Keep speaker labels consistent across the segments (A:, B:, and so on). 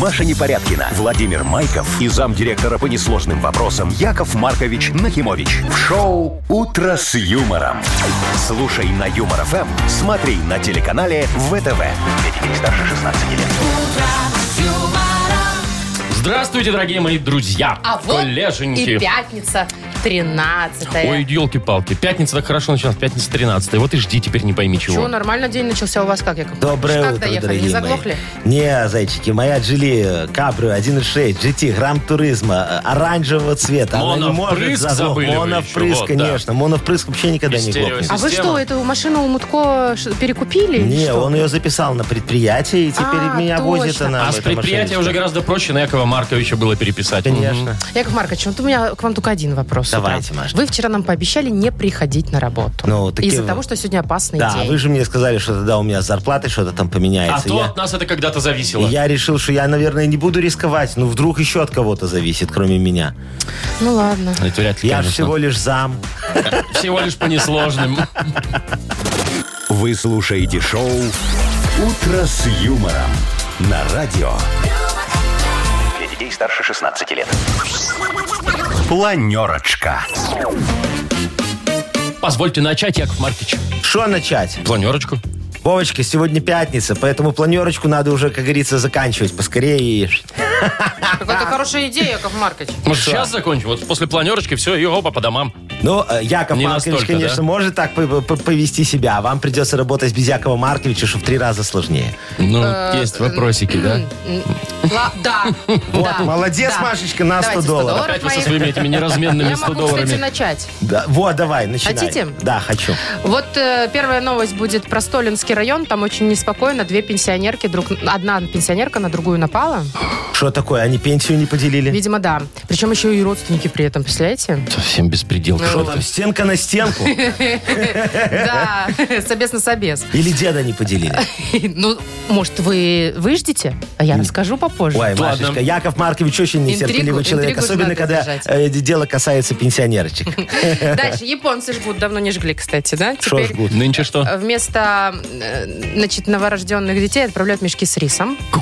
A: Маша Непорядкина, Владимир Майков и замдиректора по несложным вопросам Яков Маркович Нахимович. В шоу «Утро с юмором». Слушай на Юмор ФМ, смотри на телеканале ВТВ. Для детей старше 16 лет.
B: Здравствуйте, дорогие мои друзья,
C: А вот и
B: коллеженьки.
C: пятница 13
B: Ой, елки-палки. Пятница так хорошо началась, пятница 13 Вот и жди теперь не пойми чего.
C: Чего, нормально день начался у вас как, Яков?
D: Доброе
C: Как
D: утро,
C: доехали?
D: дорогие
C: Не
D: мои.
C: заглохли?
D: Не, зайчики, моя Джили э, Кабрио 1.6, GT, Гранд Туризма, э, оранжевого цвета. Она не может
B: Моновпрыск забыли
D: заглохнуть.
B: вы
D: Моновпрыск,
B: еще, вот, да.
D: конечно. Моновпрыск вообще никогда
B: И
D: не глохнет.
C: А вы
B: Система.
C: что, эту машину у Мутко ш- перекупили? или
D: Не,
C: А что?
D: он ее записал на предприятие, и теперь
C: А,
D: меня
C: точно.
D: возит она.
B: А с предприятия уже гораздо проще на Якова Марковича было переписать. Мгм.
D: Конечно.
C: Яков Маркович, вот у меня к вам только один вопрос. с утра.
D: Давайте, Маш.
C: Вы вчера нам пообещали не приходить на работу.
D: Ну, так и
C: Из-за
D: вы-
C: того, что сегодня опасный
D: Да,
C: день.
D: вы же мне сказали, что тогда у меня с зарплатой что-то там
B: А
D: поменяется.
B: то
D: Я-
B: от нас это когда-то зависело.
D: Я решил, что я, наверное, не буду рисковать. Ну, вдруг еще от кого-то зависит, кроме меня.
C: Ну ладно.
B: Это вряд ли,
D: Я же
B: конечно.
D: всего лишь зам.
B: Всего лишь по несложным.
A: Вы слушаете шоу «Утро с юмором» на радио. Для детей старше 16 лет. Планерочка.
B: Позвольте начать, Яков Маркович.
D: Что начать?
B: Планерочку.
D: Вовочка, сегодня пятница, поэтому планерочку надо уже, как говорится, заканчивать поскорее. и-
C: Какая-то хорошая идея, Яков Маркович.
B: Может, сейчас закончим? Вот после планерочки все, и опа, по домам.
D: Ну, э, Яков
B: Не
D: Маркович,
B: настолько,
D: конечно,
B: да?
D: может так по- по- повести себя. а Вам придется работать без Якова Марковича, что в три раза сложнее.
B: Ну,
C: Э,
B: есть вопросики, да?
C: Ла- да. да,
D: молодец,
C: да.
D: Машечка, на 100
C: Давайте
D: долларов.
B: Опять вы
C: моих.
B: со своими этими неразменными
C: Я
B: 100
C: могу, кстати,
B: долларами.
C: начать.
D: Да, вот, давай, начинай.
C: Хотите?
D: Да, хочу.
C: Вот э, первая новость будет про Столинский район. Там очень неспокойно. Две пенсионерки, друг, одна пенсионерка на другую напала.
D: Что такое, они пенсию не поделили?
C: Видимо, да. Причем еще и родственники при этом, представляете?
B: Совсем беспредел.
D: Ну, Что там, стенка на стенку?
C: Да, собес на собес.
D: Или деда не поделили?
C: Ну, может, вы выждите? А я расскажу попозже.
D: Ой,
B: Ладно.
D: Машечка, Яков Маркович очень
C: Интригу-
D: нетерпеливый человек,
C: интригу
D: особенно
C: надо
D: когда
C: держать.
D: э, дело касается пенсионерочек.
C: Дальше. Японцы жгут. Давно не жгли, кстати, да?
D: Что
C: Теперь
D: жгут?
B: Нынче что?
C: э, вместо э, значит, новорожденных детей отправляют мешки с рисом. А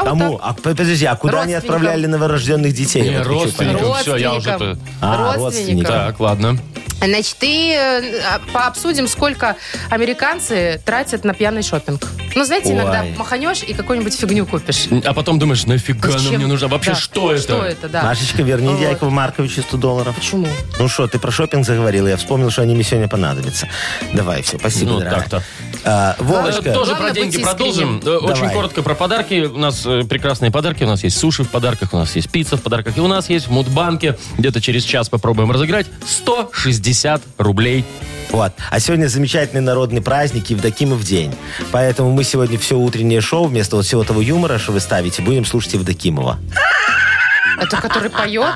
C: вот
D: Кому? А, подожди, а куда они
C: Родственникам.
D: отправляли новорожденных детей?
B: Не,
D: Я вот хочу
B: родственникам.
D: понять.
B: Ну, всё, я уже
C: Родственникам.
B: тут.
D: А, родственникам.
C: Родственникам.
B: Так, ладно.
C: Значит, и э, а, пообсудим, сколько американцы тратят на пьяный шопинг. Ну, знаете,
D: Ой.
C: иногда маханешь и какую-нибудь фигню купишь.
B: А потом думаешь, нафига она
C: Зачем?
B: мне нужна? Вообще,
C: Да.
B: что это?
C: Что это, да.
D: Машечка, верни
C: Вот.
D: Якову Марковичу 100 долларов.
C: Почему?
D: Ну что, ты про шопинг заговорила, я вспомнил, что они мне сегодня понадобятся. Давай, все, спасибо,
B: Ну,
D: дорогая.
B: так-то.
D: А,
B: Э,
D: Вовочка,
B: Тоже про
C: Главное
B: деньги
C: быть
B: продолжим. Э, Очень
D: Давай.
B: коротко про подарки. У нас э, прекрасные подарки. У нас есть суши в подарках, у нас есть пицца в подарках. И у нас есть в Мудбанке. Где-то через час попробуем разыграть 160 рублей.
D: вот. А сегодня замечательный народный праздник Евдокимов день. Поэтому мы сегодня все утреннее шоу вместо вот всего того юмора, что вы ставите, будем слушать Евдокимова.
C: Это который поет?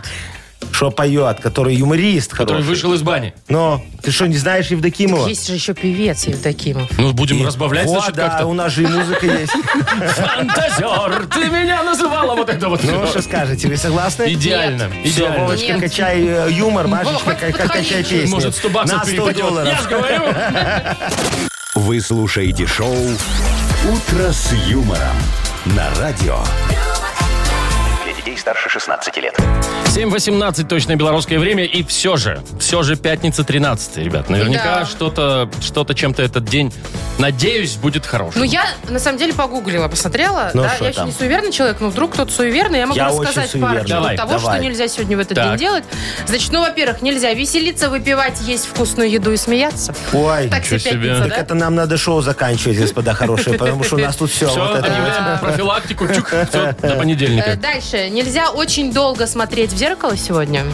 D: Что поет, который юморист
B: Который
D: хороший.
B: вышел из бани.
D: Но ты что, не знаешь
C: Так
D: Евдокимова?
C: Есть же еще певец Евдокимов.
B: Ну, будем разбавлять,
D: вот,
B: значит,
D: да,
B: как-то.
D: у нас же и музыка есть.
B: Фантазер! Ты меня называла вот это вот.
D: Ну, что скажете, вы согласны?
B: Идеально.
D: Все,
B: Идеально.
D: Вовочка,
C: Нет.
D: качай э, юмор, Машечка,
C: Вова,
D: ка- ка- качай
C: подходи.
D: песню.
B: Может, 100 баксов
D: На 100
B: перепадет. Я
D: долларов.
B: же говорю.
A: Вы слушаете шоу «Утро с юмором» на радио. Для детей старше 16 лет.
B: 7.18 точное белорусское время. И все же, все же пятница 13 ребят. Наверняка
C: Да.
B: что-то, что-то чем-то этот день, надеюсь, будет хорошим.
C: Ну, я, на самом деле, погуглила, посмотрела.
D: Ну,
C: да,
D: что
C: я еще
D: там?
C: не суеверный человек, но вдруг кто-то суеверный. Я могу
D: Я
C: рассказать
D: очень
C: пару
D: суеверный.
C: штук
B: Давай,
C: того,
D: давай.
C: что нельзя сегодня в этот
B: Так.
C: день делать. Значит, ну, во-первых, нельзя веселиться, выпивать, есть вкусную еду и смеяться.
D: Ой,
C: Так себе
B: ничего себе.
C: пятница,
D: так
C: да?
D: это нам надо шоу заканчивать, господа хорошие, потому что у нас тут все.
B: Все,
D: вот это вот.
B: объявляем профилактику. Чук, всё, до
C: Э,
B: понедельника.
C: Дальше. Нельзя очень долго смотреть в зеркало сегодня.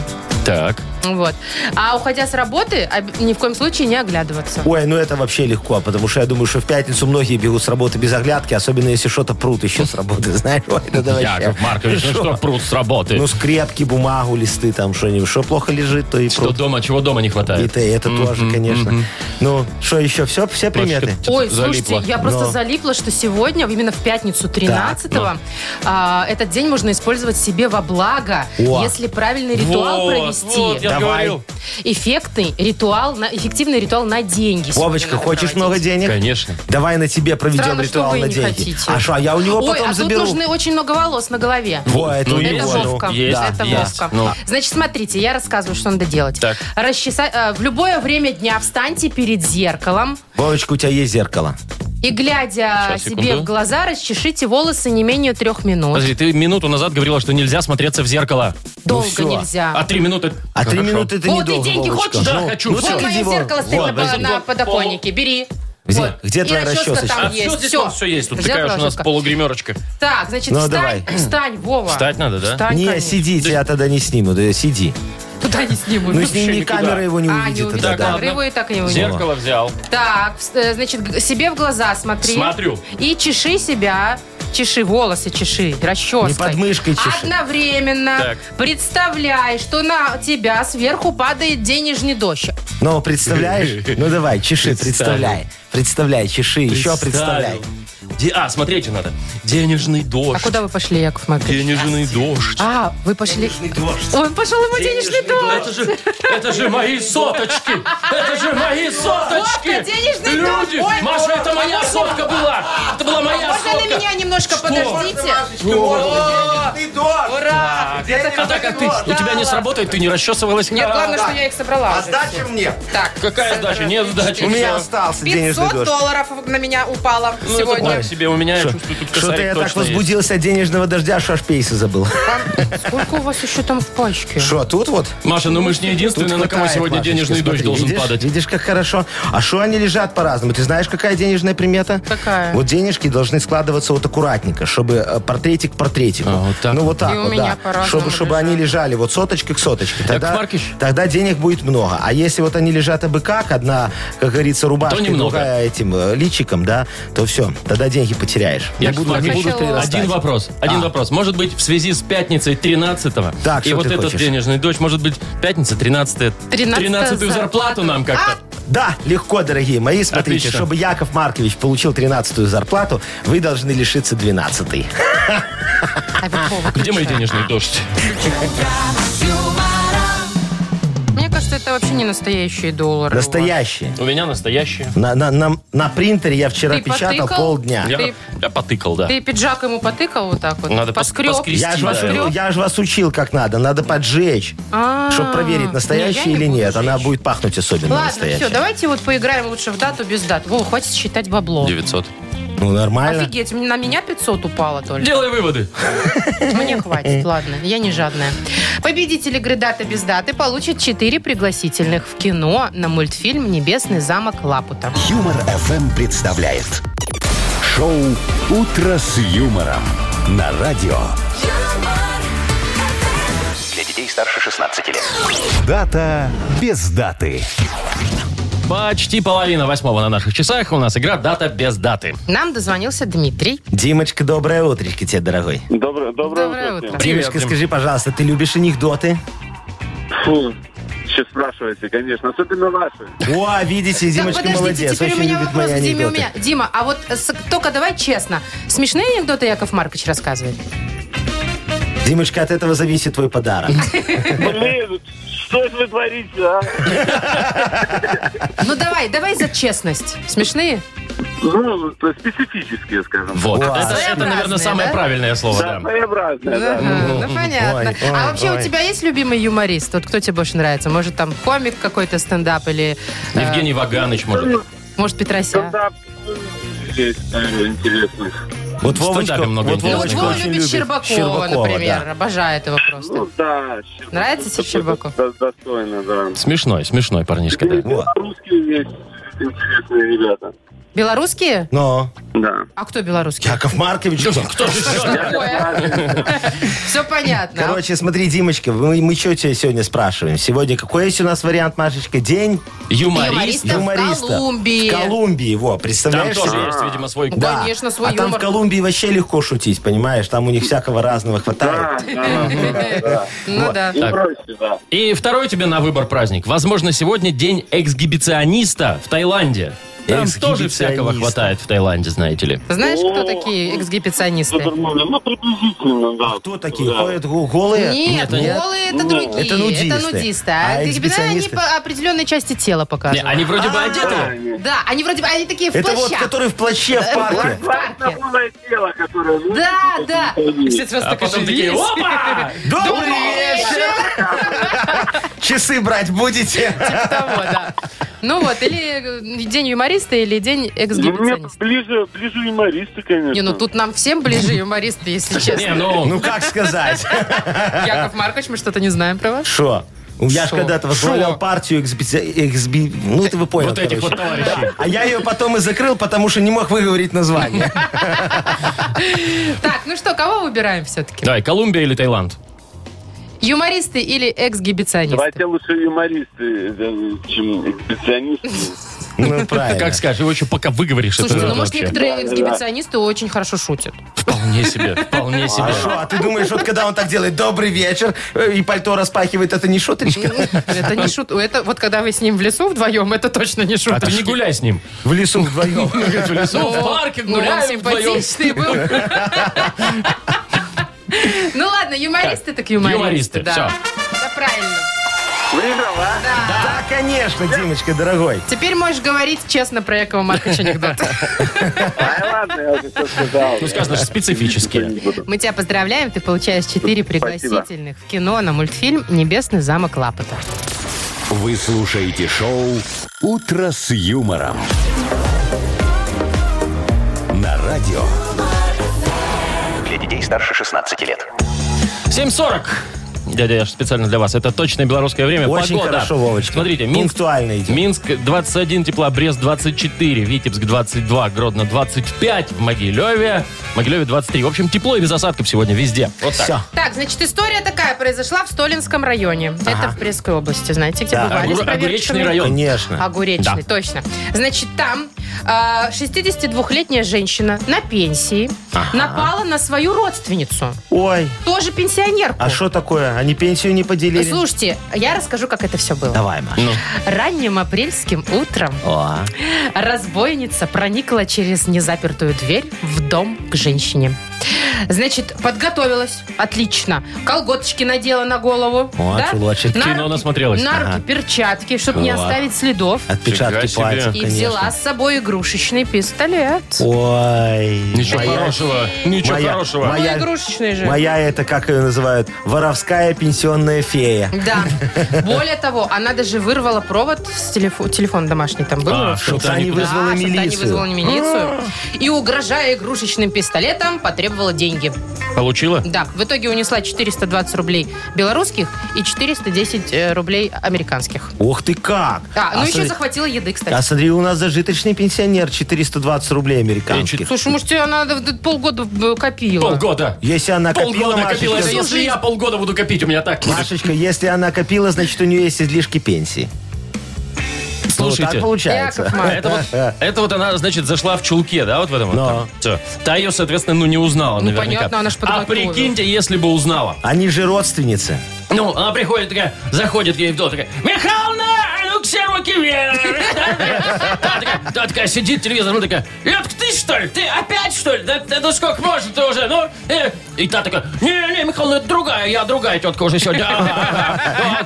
B: Так.
C: Вот. А уходя с работы, об- ни в коем случае не оглядываться.
D: Ой, ну это вообще легко, потому что я думаю, что в пятницу многие бегут с работы без оглядки, особенно если что-то прут еще с работы, знаешь, ой, это вообще.
B: Яков Маркович, ну что, пруд с работы?
D: Ну, скрепки, бумагу, листы там, что-нибудь. Что плохо лежит, то и
B: Что
D: прут.
B: дома, чего дома не
D: И
B: хватает?
D: ты, это тоже, конечно. Ну, что еще? Все, все приметы?
B: Что-то
C: Ой,
B: залипло.
C: слушайте, я просто
D: Но.
C: залипла, что сегодня, именно в пятницу 13
D: ну.
B: Так,
C: а, этот день можно использовать себе во благо,
D: О.
C: если правильный ритуал
B: Вот,
C: провести.
B: вот, я
D: Давай.
B: говорил.
C: Эффектный ритуал, на, эффективный ритуал на деньги. сегодня
D: Вовочка,
C: надо
D: хочешь
C: проводить.
D: много денег?
B: Конечно.
D: Давай на тебе проведем
C: Странно, что
D: ритуал
C: вы
D: на
C: не
D: деньги.
C: хотите.
D: А что, я у него
C: Ой,
D: потом
C: а
D: заберу.
C: тут нужны очень много волос на голове.
D: Во, это
B: Ну,
D: не
C: Это
B: его,
D: понял.
C: жовка.
B: Есть,
C: это
B: есть.
C: жовка.
B: Ну.
C: Значит, смотрите, я рассказываю, что надо делать.
B: Так.
C: Расчеса- э, В любое время дня встаньте перед зеркалом
D: Вовочка, у тебя есть зеркало.
C: и, глядя
B: Сейчас,
C: себе
B: секунду.
C: в глаза, расчешите волосы не менее трех минут.
B: Подожди, ты минуту назад говорила, что нельзя смотреться в зеркало.
C: Долго
D: всё.
C: нельзя.
B: А три минуты...
D: А три
B: Хорошо.
D: минуты это
C: Вот
D: недолго,
C: и деньги
D: Вовочка.
C: хочешь?
B: Да,
D: Ну,
B: хочу.
D: ну
B: Всё.
D: ты
C: Вот мое
D: иди вон.
C: зеркало стоит
D: Вот,
C: на,
D: подожди.
C: по- на подоконнике. Бери.
D: Где-
C: Вот.
D: где
C: И
D: твоя расчесочка?
B: А
C: там
B: всё
C: есть.
B: здесь
C: Все.
B: вон все есть. Тут такая уж у нас полугримерочка.
C: Так, значит,
D: Ну,
C: встань,
D: давай.
C: встань, Вова.
B: а Встать надо, да?
C: Встань,
D: Не,
C: конечно.
D: сиди, тебя тогда не снимут. э, Сиди.
C: Куда не снимут?
D: Ну, с
B: вообще
D: ними
B: никуда.
D: камера его не
C: а, не
D: увидит.
C: увидит.
D: это
B: Так,
D: да.
C: камера, его и так не увидит.
B: Зеркало взял.
C: Так, вс- э, значит, г- себе в глаза смотри.
B: Смотрю.
C: И чеши себя, чеши волосы, чеши, расческой.
D: Не под мышкой чеши.
C: Одновременно
B: Так.
C: представляй, что на тебя сверху падает денежный дождь. А
D: Ну, представляешь? Ну, давай, чеши, представляй. Представляй, чеши, еще представляй.
B: Представил. Де- А, смотреть же надо. Денежный
C: А
B: дождь.
C: куда вы пошли, Яков Маркович?
B: Денежный дождь.
C: А, вы пошли... Он пошел ему денежный,
B: Это
C: дождь.
B: же, это же мои соточки! Это же мои соточки!
C: Сотка, денежный дождь!
B: Люди!
C: Ой,
B: Маша,
C: ой,
B: это моя сотка была! Это была моя
C: Можно
B: сотка!
C: на меня немножко подождите?
B: Так, а так как ты, у тебя не сработает, ты не расчесывалась?
C: Нет,
B: А,
C: главное, что я их собрала.
E: А
C: уже
E: сдача мне.
C: все. Так.
B: Какая сдача? Нет сдачи.
D: У меня
B: всё.
D: остался денежный
C: 500
D: дождь.
C: долларов на меня упало
B: Ну, это
C: сегодня.
B: так себе у меня, я чувствую, тут
D: Что-то
B: косарик
D: я так
B: точно есть.
D: возбудился от денежного дождя, что аж пейсы забыл.
C: Сколько у вас еще там в пачке?
E: Что, тут вот?
B: Маша, ну мы же не
D: Тут
B: единственные, на кого
D: хватает,
B: сегодня
D: Машечка,
B: денежный
D: смотри,
B: дождь должен
D: видишь?
B: падать.
D: Видишь, как хорошо. А что они лежат по-разному? Ты знаешь, какая денежная примета?
C: Какая?
D: Вот денежки должны складываться вот аккуратненько, чтобы э, портретик к портретику.
B: А, вот так
D: Ну вот так
C: И у
D: вот,
C: меня
D: да.
C: по-разному
D: Чтобы, чтобы
C: лежат.
D: они лежали вот соточка к соточке. Тогда,
B: Маркич.
D: тогда денег будет много. А если вот они лежат абы как, одна, как говорится, рубашка,
B: немного.
D: другая этим э, личиком, да, то все, тогда деньги потеряешь.
B: Я
D: Не буду- не
B: Маркович,
D: будут прирастать.
B: Один вопрос. Один вопрос. Может быть, в связи с пятницей 13-го.
D: А. Так,
B: и
D: что
B: вот
D: ты
B: этот
D: хочешь?
B: денежный дождь, может быть, пятница 13
C: 13-я
B: 13 зарплату нам как-то.
D: Да, легко, дорогие мои. Смотрите,
B: Отлично.
D: чтобы Яков Маркович получил 13-ю зарплату, вы должны лишиться 12-й.
C: А ведь Вова,
B: Где мой денежный дождь?
C: Мне кажется, это вообще не настоящие доллары.
D: Настоящие.
B: У меня настоящая.
D: На, на, на, на принтере я вчера
C: Ты
D: печатал
C: потыкал?
D: полдня.
B: Я,
C: А Ты-
B: я потыкал, да.
C: Ты пиджак ему потыкал вот так вот?
B: Надо пос-
C: Поскреб?
B: поскрести,
D: Я же, вас,
B: да.
D: у- я ж вас учил, как надо. Надо поджечь,
C: А,
D: чтобы проверить,
C: не,
D: настоящая
C: я не
D: или
C: буду
D: нет. Она
C: жечь.
D: будет пахнуть особенно
C: Ладно,
D: настоящая.
C: все, давайте вот поиграем лучше в дату без дат. Вова, хватит считать бабло.
B: 900.
D: Ну, нормально.
C: Офигеть, на меня 500 упало только.
B: Делай выводы.
C: Мне хватит, ладно, я не жадная. Победитель игры «Дата без даты» получит 4 пригласительных в кино на мультфильм «Небесный замок Лапута».
A: Юмор FM представляет шоу Утро с юмором на радио.
F: Для детей старше 16 лет.
A: Дата без даты.
B: Почти половина восьмого на наших часах. У нас игра «Дата без даты».
C: Нам дозвонился Дмитрий.
D: Димочка, доброе утречко тебе, дорогой.
G: Доброе, доброе,
C: Доброе
G: утро.
C: утро.
B: Привет,
D: Димочка,
B: Дим.
D: скажи, пожалуйста, ты любишь анекдоты?
G: всем. Фу. Сейчас спрашиваете, конечно, особенно ваши.
D: О, видите, Димочка
C: так, подождите,
D: молодец.
C: теперь
D: Очень
C: у меня
D: любит
C: вопрос
D: мои
C: к Диме у
D: анекдоты.
C: меня. Дима, а вот э, с- только давай честно. Смешные анекдоты Яков Маркович рассказывает?
D: Димочка, от этого зависит твой подарок.
G: Блин, что ж вы творите, а?
C: Ну давай, давай за честность. Смешные?
G: Ну, то есть специфические, скажем.
B: Вот.
D: Вау.
B: Это, это, наверное,
C: Своеобразные,
B: самое
C: да?
B: правильное слово,
G: Да,
B: да.
G: своеобразные, да.
C: Ага, Ну понятно.
D: ой,
C: А вообще у
D: ой.
C: тебя есть любимый юморист? Вот кто тебе больше нравится? Может там комик какой-то стендап или э,
B: Евгений Ваганович, может.
C: может Петросян?
G: Стендап ну, есть, наверное, интересных.
D: Вот
B: В стендапе много
D: вот
C: Ну,
B: интересного.
C: вот
D: Вовочка
C: Вова
D: очень
C: любит Щербакова,
D: Щербакова,
C: например.
D: да.
C: Обожает его просто.
G: Ну, да. Щербаков
C: Нравится тебе
G: такой
C: Щербаков?
G: до- Достойно, да.
B: Смешной, смешной парнишка, да.
D: Во.
G: Русские есть интересные ребята.
C: Белорусские?
D: Но
G: Да.
C: А кто белорусские?
D: Яков Маркович...
B: Кто же еще?
C: Все понятно.
D: Короче, смотри, Димочка, мы, мы что тебя сегодня спрашиваем? Сегодня какой есть у нас вариант, Машечка? День
B: Юморист.
C: Юморист. Это в
D: юмориста.
C: Колумбии.
D: В Колумбии, во,
B: Там
D: представляешь
B: тоже
D: себе?
B: есть, видимо, свой...
C: Ну, Конечно, свой
D: а там в
C: юмор.
D: Колумбии вообще легко шутить, понимаешь? Там у них всякого разного
G: Да,
D: хватает.
G: да, да, да.
C: Ну да.
G: И проще, да.
B: И второй тебе на выбор праздник. Возможно, сегодня день эксгибициониста в Таиланде. Там
D: Эксгибиционист.
B: тоже всякого хватает в Таиланде, знаете ли.
C: Знаешь, кто
G: О,
C: такие эксгибиционисты?
G: Нормально. Ну, приблизительно, да.
D: Кто такие?
G: Да.
D: Ходят гу- голые?
C: Нет,
B: нет.
C: голые это
G: Нет.
C: другие.
D: Ну, Это нудисты.
C: А эксгибиционисты,
D: А
C: они
D: эксгибиционисты?
C: по определенной части тела
B: Не,
C: показывают.
B: они вроде бы одеты.
C: Да, они вроде бы, они такие в
D: Это вот,
C: плащах. Э,
D: который в плаще в парке.
C: парке.
G: Это голое тело, которое... ну,
C: Да,
G: это
C: да.
G: не
C: Кстати, у вас
B: А
C: такой
B: потом
C: же
B: такие,
C: есть.
B: опа!
D: Добрый вечер! Часы брать будете?
C: Типа того, да. Ну вот, или э, день юмориста, или день
G: Ну, мне
C: эксгибициониста.
G: ближе, ближе юмористы, конечно.
C: Не, ну тут нам всем ближе юмористы, если
B: Не,
C: честно.
B: ну,
D: Ну как сказать?
C: Яков Маркович, мы что-то не знаем про вас.
D: Шо? Я же
C: Шо?
D: когда-то возглавлял
C: Шо?
D: партию XB, XB, ну ты вы понял.
B: вот этих
D: короче.
B: вот товарищей.
D: А я ее потом и закрыл, потому что не мог выговорить название.
C: Так, ну что, кого выбираем все-таки?
B: Давай, Колумбия или Таиланд?
C: Юмористы или эксгибиционисты?
G: Давайте лучше юмористы, да, чем экспедиционисты.
D: Ну
B: Как
D: правильно.
B: скажешь, его еще пока выговоришь. это
C: Слушайте, ну может
B: вообще.
C: некоторые
G: Да, да, да.
C: эксгибиционисты очень хорошо шутят.
B: Вполне себе, вполне
D: А
B: себе.
D: шо, а ты думаешь, вот когда он так делает, добрый вечер, э, и пальто распахивает, это не шуточка?
C: Это не шут. Это вот когда вы с ним в лесу вдвоем, это точно
B: А ты
C: не
B: не
C: шуточки.
B: гуляй с ним.
D: В лесу вдвоем.
B: В лесу, в парке
C: Ну, он
B: гуляли вдвоем.
C: симпатичный был. Ну ладно, юмористы так юмористы.
B: Юмористы,
C: да.
B: всё.
C: Да, правильно.
G: Выиграла.
D: Да, конечно, Димочка, дорогой.
C: Теперь можешь говорить честно про Якова Марковича анекдот.
G: Ай, ладно, я уже все сказал.
B: Ну, сказано же, специфические.
C: Мы тебя поздравляем, ты получаешь 4 пригласительных в кино на мультфильм «Небесный замок Лапота».
A: Вы слушаете шоу «Утро с юмором». На радио.
F: Для детей старше 16 лет.
B: 7.40. Дядя, я ж специально для вас. Это точное белорусское время.
D: Очень
B: Погода.
D: хорошо, Вовочка.
B: Смотрите, Минск,
D: Пунктуально идем.
B: Минск 21, тепла, Брест 24, Витебск 22, Гродно 25, в Могилеве, Могилеве 23. В общем, тепло и без осадков сегодня везде. Вот так.
D: Все.
C: Так, значит, история такая произошла в Столинском районе. Это в Брестской области, знаете, где
D: Да.
C: бывали с
B: Огур- огуречный
C: проверочками?
B: район.
C: А
D: Конечно.
C: Огуречный,
B: Да.
C: точно. Значит, там э, 62-летняя женщина на пенсии напала на свою родственницу,
D: Ой,
C: тоже пенсионерку.
D: а что такое? Они пенсию не поделили?
C: Слушайте, я расскажу, как это все было.
D: Давай,
B: Ну.
D: Маша.
C: Ранним апрельским утром
D: О,
C: разбойница проникла через незапертую дверь в дом к женщине. Значит, подготовилась. Отлично. Колготочки надела на голову.
D: О,
C: да?
D: чулочек.
C: На
B: Кино
C: руки-
B: насмотрелась.
C: На руки
D: Ага.
C: перчатки, чтобы не
D: Вот.
C: оставить следов.
B: Фига
D: отпечатки
B: себе.
D: пальцев,
C: И
D: конечно.
C: взяла с собой игрушечный пистолет. Ну,
D: Ой.
B: Ничего
D: моя-
B: хорошего. Ничего
D: моя-
B: хорошего.
C: Ну,
D: моя-
C: игрушечный же.
D: Моя это, как ее называют, воровская пенсионная фея.
C: Да. Более того, она даже вырвала провод с телефо- телефон домашний там был.
B: А,
C: у вас?
B: чтоб
D: Шутани
B: они-
C: Да,
D: вызвала
C: чтоб та не
D: милицию. А.
C: вызвала милицию. И, угрожая игрушечным пистолетом, потребовала деньги.
B: Получила?
C: Да, в итоге унесла 420 рублей белорусских и 410 э, рублей американских.
D: Ух ты как!
C: А, ну еще
D: смотри-
C: захватила еды, кстати.
D: а смотри, у нас зажиточный пенсионер 420 рублей американских.
C: Слушай, может, тебе она д- полгода э, копила?
B: Полгода.
D: Если она копила,
B: Полгода копила. Это
D: Машечка,
B: если я полгода буду копить, у меня так будет.
D: Машечка, если она копила, значит, у нее есть излишки пенсии. Ну,
B: Слушайте.
D: так получается.
C: Яков Маркович.
B: Это вот, это вот она, значит, зашла в чулке, да, вот в этом вот.
D: Но.
B: там. Всё. Та ее, соответственно, ну не узнала
C: Ну,
B: наверняка.
C: понятно, она ж
B: а
C: подготовила.
B: прикиньте, если бы узнала.
D: Они же родственницы.
B: Ну, она приходит такая, заходит ей в дом, такая, Михайловна, а ну руки Та такая сидит, телевизор, ну такая, Лётка, ты что ли? Ты опять что ли? Да, да, ну сколько можно ты уже? Ну, э». и та такая, не-не, Михайловна, ну, это другая, я другая тетка уже сегодня. Ага, ага,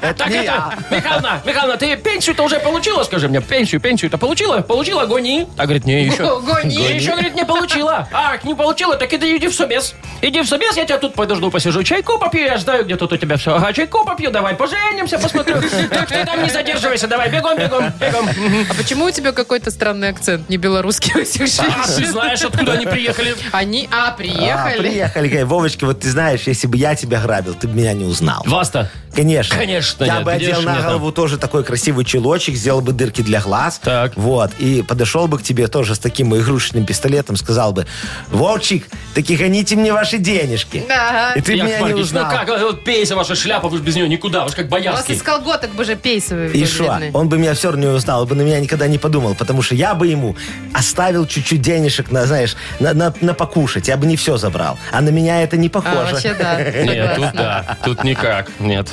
B: ага. Так
D: не
B: это,
D: я.
B: Михайловна, Михайловна, ты пенсию-то уже получила, скажи мне? Пенсию, пенсию-то получила? Получила, гони. А говорит, не, еще.
C: Гони.
B: Еще, говорит, не получила. Ах, не получила, так иди, иди в собес. Иди в собес, я тебя тут подожду, посижу, чайку попью, я ждаю, где тут у тебя все. Ага, чайку попью, давай, поженимся, посмотрю. Так ты там не задерживайся, давай, бегом, бегом, бегом.
C: А почему у тебя какой-то странный акцент, не белорусский у этих
B: А ты
C: женщин?
B: знаешь, откуда они приехали?
C: Они, а,
D: А,
C: приехали.
D: приехали. Говорю, Вовочка, вот ты знаешь, если бы я тебя грабил, ты бы меня не узнал.
B: Вас-то.
D: Конечно.
B: Конечно,
D: Я
B: нет,
D: бы
B: где
D: одел
B: ж
D: на
B: мне там?
D: голову тоже такой красивый чулочек, сделал бы дырки для глаз.
B: Так.
D: Вот. И подошел бы к тебе тоже с таким игрушечным пистолетом, сказал бы, Вовчик, таки гоните мне ваши денежки.
C: Да.
D: И ты бы
B: Яков
D: меня не
B: Маркович, ну
D: узнал.
B: как, вот пейся ваша шляпа, вы ж без нее никуда, вы ж как
C: У вас
B: боярский.
C: из колготок бы же пейсы вы
D: И
C: были
D: шо?
C: видны.
D: Он бы меня все равно не узнал, он бы на меня никогда не подумал, потому что я бы ему оставил чуть-чуть денежек, на, знаешь, на, на- на покушать, я бы не все забрал. А на меня это не похоже.
C: А, вообще, да.
B: Нет, тут
C: согласна.
B: да, тут никак, нет.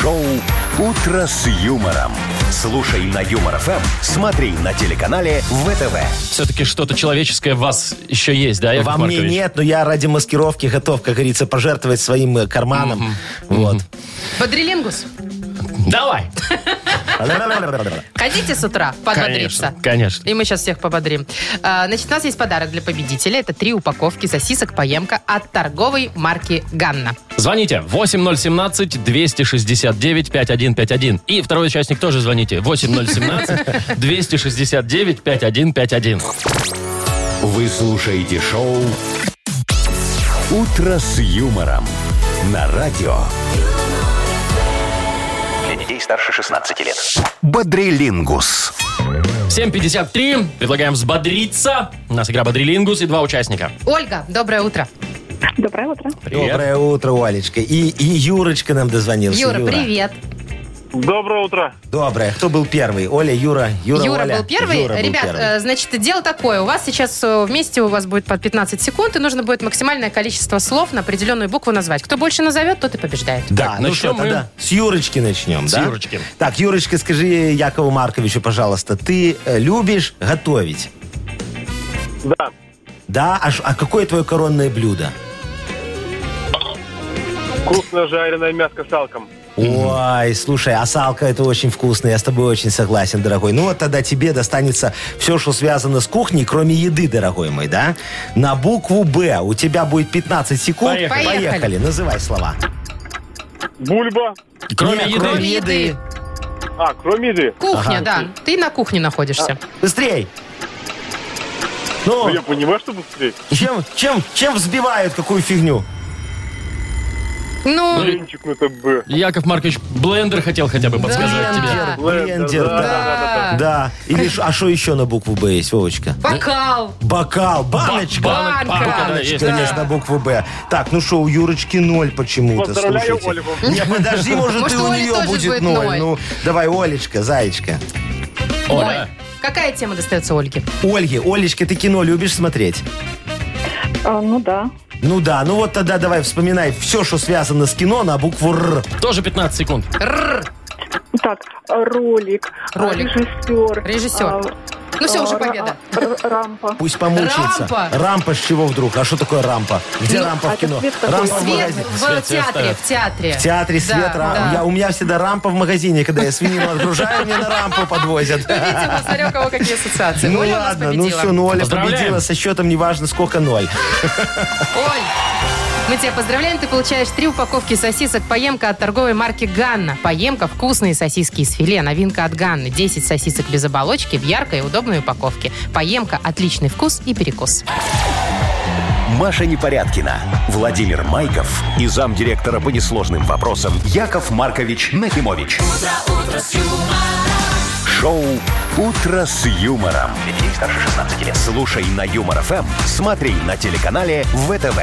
A: Шоу «Утро с юмором» Слушай на Юмор ФМ, смотри на телеканале ВТВ.
B: Все-таки что-то человеческое в вас еще есть, да, Яков
D: Во мне
B: Маркович?
D: нет, но я ради маскировки готов, как говорится, пожертвовать своим э, карманом. Вот.
C: Бодрилингус.
B: Давай.
C: Ходите с утра
B: Конечно,
C: подбодриться.
B: конечно.
C: И мы сейчас всех пободрим. А, Значит, у нас есть подарок для победителя. Это три упаковки сосисок поемка от торговой марки «Ганна».
B: Звоните 8017-269-5151. И второй участник тоже звоните. 8017-269-5151.
A: Вы слушаете шоу «Утро с юмором» на радио
F: Для детей старше 16 лет.
A: «Бодрилингус».
B: 7.53. Предлагаем взбодриться. У нас игра «Бодрилингус» и два участника.
C: Ольга, доброе утро.
E: Доброе утро.
D: Доброе утро, Олечка. И, и Юрочка нам дозвонился.
C: Юра, привет.
G: Доброе утро.
D: Доброе. Кто был первый? Оля, Юра, Юра,
C: Юра
D: Оля.
C: был первый.
D: Юра был
C: Ребят,
D: первый.
C: э, значит, дело такое. У вас сейчас э, вместе у вас будет по 15 секунд, и нужно будет максимальное количество слов на определенную букву назвать. Кто больше назовет, тот и побеждает.
D: Да,
B: Так,
D: ну
B: начнем
D: что,
B: мы-
D: тогда с Юрочки начнем,
B: С
D: да?
B: Юрочки.
D: Так, Юрочка, скажи Якову Марковичу, пожалуйста, ты э, любишь готовить?
G: Да.
D: Да? А, ш- а какое твое коронное блюдо?
G: Вкусно жареное мяско с алком.
D: Ой, слушай, асалка это очень вкусно, я с тобой очень согласен, дорогой. Ну вот тогда тебе достанется все, что связано с кухней, кроме еды, дорогой мой, да? На букву «Б» у тебя будет 15 секунд.
B: Поехали.
C: Поехали.
D: называй слова.
G: Бульба.
B: Кроме
D: Не,
B: еды.
D: кроме-
C: Еды.
G: А, кроме еды.
C: Кухня,
D: Ага.
C: да. Ты на кухне находишься.
D: А. Быстрей!
G: Ну,
D: Ну,
G: я понимаю, что быстрее.
D: чем, чем, чем взбивают какую фигню?
C: Ну,
G: Блинчик, ну это бы.
B: Яков Маркович, блендер хотел хотя бы подсказать тебе.
C: Да.
D: Блендер, да.
C: да.
D: Да. Или ш- а что еще на букву Б есть, Вовочка?
C: Бокал.
D: Бокал, баночка.
B: Банок,
C: Банка.
B: папа, да, есть.
D: Конечно, на букву Б. Так, ну что, у Юрочки ноль почему-то.
G: Поздравляю
D: слушайте.
G: Ольгу.
D: Не, подожди, может,
C: Может,
D: и
C: у
D: у
C: Оли
D: нее
C: тоже
D: будет
C: будет
D: ноль.
C: ноль.
D: Ну, давай, Олечка, зайчка.
B: Оля.
C: Какая тема достается Ольге?
D: Ольге, Олечка, ты кино любишь смотреть?
E: А, ну да.
D: Ну да, ну вот тогда давай вспоминай все, что связано с кино на букву Р.
B: Тоже 15 секунд.
E: Так, э, ролик.
C: Ролик.
E: Режиссер.
C: Режиссер.
E: а,
C: Ну все,
E: а,
C: уже
E: ра-
C: победа.
E: р- Рампа.
D: Пусть помучается.
C: Рампа.
D: Рампа с чего вдруг? А что такое рампа? Где
C: Ну,
D: рампа в
E: это
D: кино?
E: свет такой.
D: Рампа в
C: Свет
D: магазине.
C: в
B: Свет, свет
C: театре,
B: ставят.
C: в театре.
D: В театре свет,
C: Да,
D: рам-
C: да.
D: Я, у меня всегда рампа в магазине, когда я свинину отгружаю, мне на рампу подвозят.
C: Ну, видите, мы смотрим, у кого какие ассоциации.
D: Ну
C: Оля у нас
D: ладно, ну
C: победила.
D: все, ну Оля
B: Поздравляем.
D: победила со счетом, неважно сколько ноль.
C: Оль, мы тебя поздравляем. Ты получаешь три упаковки сосисок «Поемка» от торговой марки «Ганна». «Поемка» – вкусные сосиски из филе. Новинка от «Ганны». 10 сосисок без оболочки в яркой и удобной упаковке. «Поемка» – отличный вкус и перекус.
A: Маша Непорядкина, Владимир Майков и замдиректора по несложным вопросам Яков Маркович Нахимович. Шоу «Утро с юмором».
F: Для детей старше 16 лет.
A: Слушай на Юмор ФМ, смотри на телеканале ВТВ.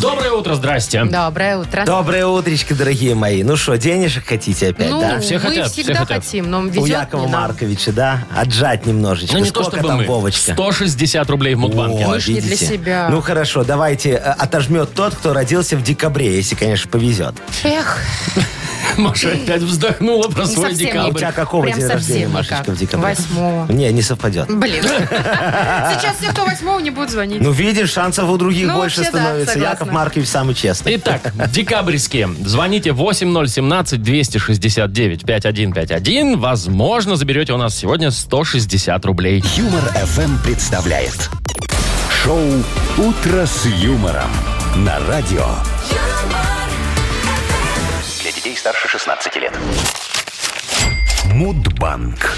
B: Доброе утро, здрасте.
C: Доброе утро.
D: Доброе утречко, дорогие мои. Ну что, денежек хотите опять,
C: Ну,
D: да?
B: все
C: мы
B: хотят, все
C: всегда
B: хотят.
C: хотим, но
D: У
C: везет
D: Якова
C: не нам.
D: Марковича, да? Отжать немножечко.
B: Ну не то
D: Сколько
B: чтобы
D: там
B: мы.
D: Вовочка?
B: 160 рублей в Мудбанке.
D: О,
C: Мы ж не для
D: видите?
C: себя.
D: Ну хорошо, давайте э, отожмет тот, кто родился в декабре, если, конечно, повезет. А
C: Эх,
B: Маша опять вздохнула про
C: не
B: свой
C: совсем
D: У
B: декабрь.
D: тебя какого
C: Прям
D: день
C: совсем
D: рождения,
C: никак.
D: Машечка, в декабре?
C: Восьмого.
D: Не, не совпадет.
C: блин. Сейчас все, кто восьмого, не будут звонить.
D: Ну, видишь, шансов у других
C: Ну,
D: больше
C: вообще да,
D: становится.
C: согласна.
D: Яков Маркович самый честный.
B: Итак, декабрьские. Звоните 8017-269-5151. Возможно, заберете у нас сегодня 160 рублей.
A: Юмор ФМ представляет. Шоу «Утро с юмором» на радио.
F: Для детей старше 16 лет.
A: Мудбанк.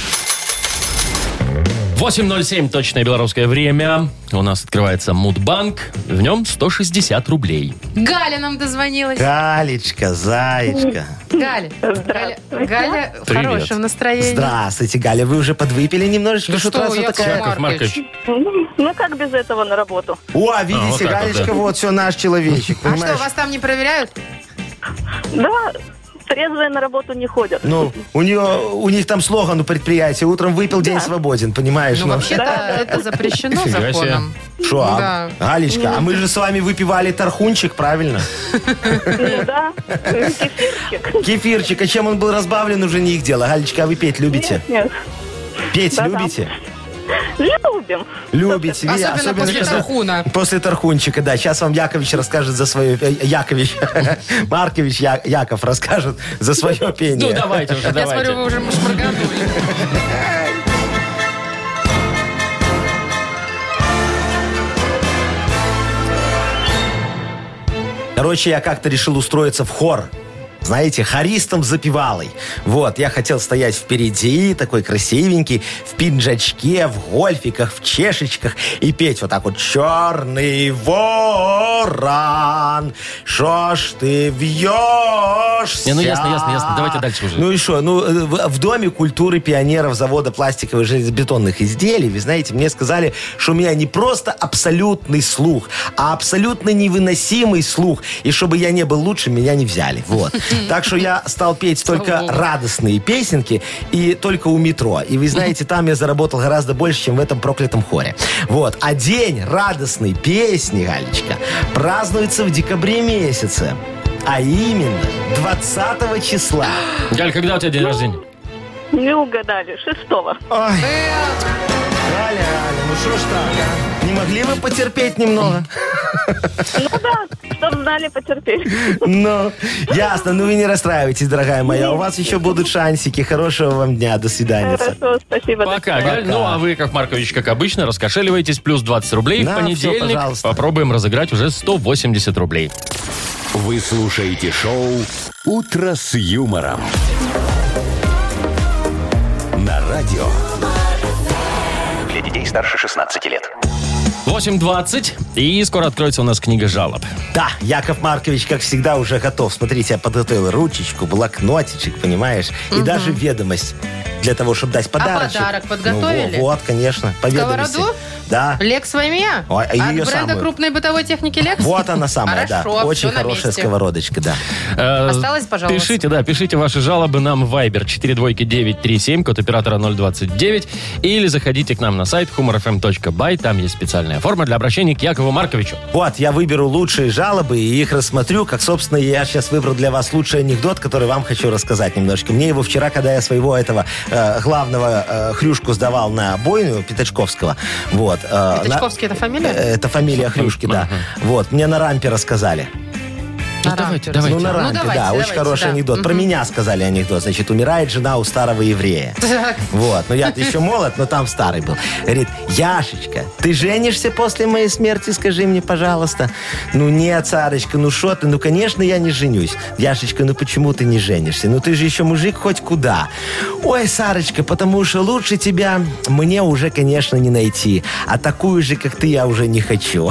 B: 8.07, точное белорусское время. У нас открывается Мудбанк. В нем 160 рублей.
C: Галя нам дозвонилась.
D: Галечка, зайчка.
C: Галя. Галя, Галя в
B: Привет.
C: хорошем настроении.
D: Здравствуйте, Галя. Вы уже подвыпили немножечко?
C: Да
D: С утра
C: что,
D: вот
C: Яков
D: такая-
B: Яков Маркович,
E: Ну, ну, как без этого на работу?
D: О,
B: А, вот
D: видите,
B: так вот,
D: Галечка,
B: да.
D: вот все, наш человечек,
C: А что,
D: понимаешь?
C: вас там не проверяют?
E: Да, Трезвые на работу не ходят.
D: Ну, у нее, у них там слоган у предприятия. Утром выпил, день свободен, понимаешь?
C: Ну, вообще-то это запрещено
B: Нифига себе.
C: законом.
D: Шо, а,
C: Да.
D: Галечка, а мы же с вами выпивали тархунчик, правильно?
E: Ну да, кефирчик.
D: Кефирчик, а чем он был разбавлен, уже не их дело. Галечка, а вы петь любите?
E: Нет, нет.
D: Петь
E: Да-да.
D: любите?
E: Любим.
D: Любите. Ви-
C: Особенно после
D: когда-
C: тархуна.
D: После тархунчика, да. Сейчас вам Якович расскажет за свое... э, Якович. Маркович Я- Яков расскажет за свое пение.
B: Ну, давайте уже,
C: Я смотрю, вы
B: давайте.
C: уже шмарганули.
D: Короче, я как-то решил устроиться в хор. Знаете, хористом запевалой. Вот, я хотел стоять впереди, такой красивенький, в пинджачке, в гольфиках, в чешечках и петь вот так вот. Черный ворон, шо ж ты вьешься?
B: Не, ну ясно, ясно, ясно. Давайте дальше уже.
D: Ну и что? Ну, э, в в Доме культуры пионеров завода пластиковых и железобетонных изделий, вы знаете, мне сказали, что у меня не просто абсолютный слух, а абсолютно невыносимый слух. И чтобы я не был лучше, меня не взяли. Вот. Так что я стал петь только
C: Слава богу.
D: радостные песенки и только у метро. И вы знаете, там я заработал гораздо больше, чем в этом проклятом хоре. Вот. А день радостной песни, Галечка, празднуется в декабре месяце. А именно 20 числа.
B: Галь, когда у тебя
C: Ну,
B: день рождения?
E: Не угадали. Шестого.
D: Ой. Галя, Галя, ну что ж так, а? Не могли вы потерпеть немного?
E: Ну да, чтоб знали, потерпели.
D: Ну, ясно, ну вы не расстраивайтесь, дорогая моя. У вас еще будут шансики. Хорошего вам дня, до свидания.
E: Хорошо, спасибо. до
B: Пока,
E: свидания.
B: Галь. Ну, а вы, как Маркович, как обычно, раскошеливаетесь. Плюс 20 рублей.
D: Да,
B: в
D: всё,
B: понедельник
D: пожалуйста.
B: попробуем разыграть уже 180 рублей.
A: Вы слушаете шоу «Утро с юмором». На радио.
F: Для детей старше 16 лет.
B: 8.20. И скоро откроется у нас книга жалоб.
D: Да, Яков Маркович, как всегда, уже готов. Смотрите, я подготовил ручечку, блокнотичек, понимаешь, и даже ведомость для того, чтобы дать подарочек.
C: А подарок подготовили?
D: Ну, во- вот, конечно, по ведомости.
C: Сковороду?
D: Да.
C: Лекс Ваймия?
D: Ой, а
C: От
D: её
C: бренда
D: самую.
C: крупной бытовой техники Лекс?
D: Вот она самая, да.
C: Хорошо,
D: Очень
C: всё на
D: хорошая
C: месте.
D: сковородочка, да.
B: Э,
C: Осталось, пожалуйста.
B: Пишите, да, пишите ваши жалобы нам в Viber 42937, код оператора 029, или заходите к нам на сайт humorfm.by, там есть специальная форма для обращения к Якову Марковичу.
D: Вот, я выберу лучшие жалобы и их рассмотрю, как, собственно, я сейчас выбрал для вас лучший анекдот, который вам хочу рассказать немножечко. Мне его вчера, когда я своего этого э, главного э, хрюшку сдавал на бойню, Пятачковского, вот. э, на-
C: Пятачковский А, это фамилия?
D: Э, Это фамилия хрюшки, да. Вот, мне на рампе рассказали.
C: На
B: давайте,
C: рампе
B: давайте.
D: Ну, на
C: Ну,
D: рампе,
C: давайте,
D: да,
C: давайте,
D: очень хороший
C: да.
D: анекдот. Про меня сказали анекдот. Значит, умирает жена у старого еврея.
C: Так.
D: Вот, ну я-то еще молод, но там старый был. Говорит, Яшечка, ты женишься после моей смерти, скажи мне, пожалуйста. Ну нет, Сарочка, ну что ты, ну конечно я не женюсь. Яшечка, ну почему ты не женишься? Ну ты же еще мужик хоть куда. Ой, Сарочка, потому что лучше тебя мне уже, конечно, не найти. А такую же, как ты, я уже не хочу.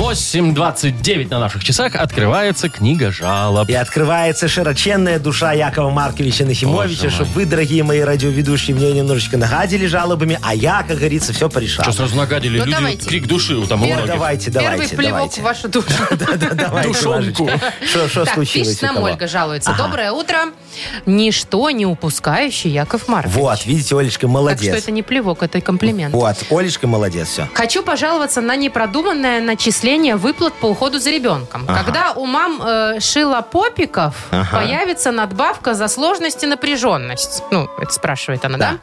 B: 8.29 на наших часах открывается книга жалоб.
D: И открывается широченная душа Якова Марковича Нахимовича,
B: Боже
D: чтобы вы, дорогие мои радиоведущие, мне немножечко нагадили жалобами, а я, как говорится, все порешал.
B: Что, сразу нагадили?
C: Ну,
B: Люди
C: давайте.
B: крик души у там у
D: Ну,
B: многих.
D: давайте,
C: Первый
D: давайте,
C: плевок
D: давайте.
C: в вашу душу.
D: Да, давайте,
B: Душонку.
D: Машечка. Что что
C: Так,
D: случилось?
C: пишет
D: у
C: нам
D: кого?
C: Ольга, жалуется.
D: Ага.
C: Доброе утро. Ничто не упускающий Яков Маркович.
D: Вот, видите, Олечка,
C: Так что
D: молодец.
C: это не плевок, это комплимент.
D: Вот, Олечка молодец, все.
C: Хочу пожаловаться на непродуманное начисление выплат по уходу за ребенком. Когда у мам э, шила попиков,
D: Ага.
C: появится надбавка за сложность и напряженность. Ну, это спрашивает она, да?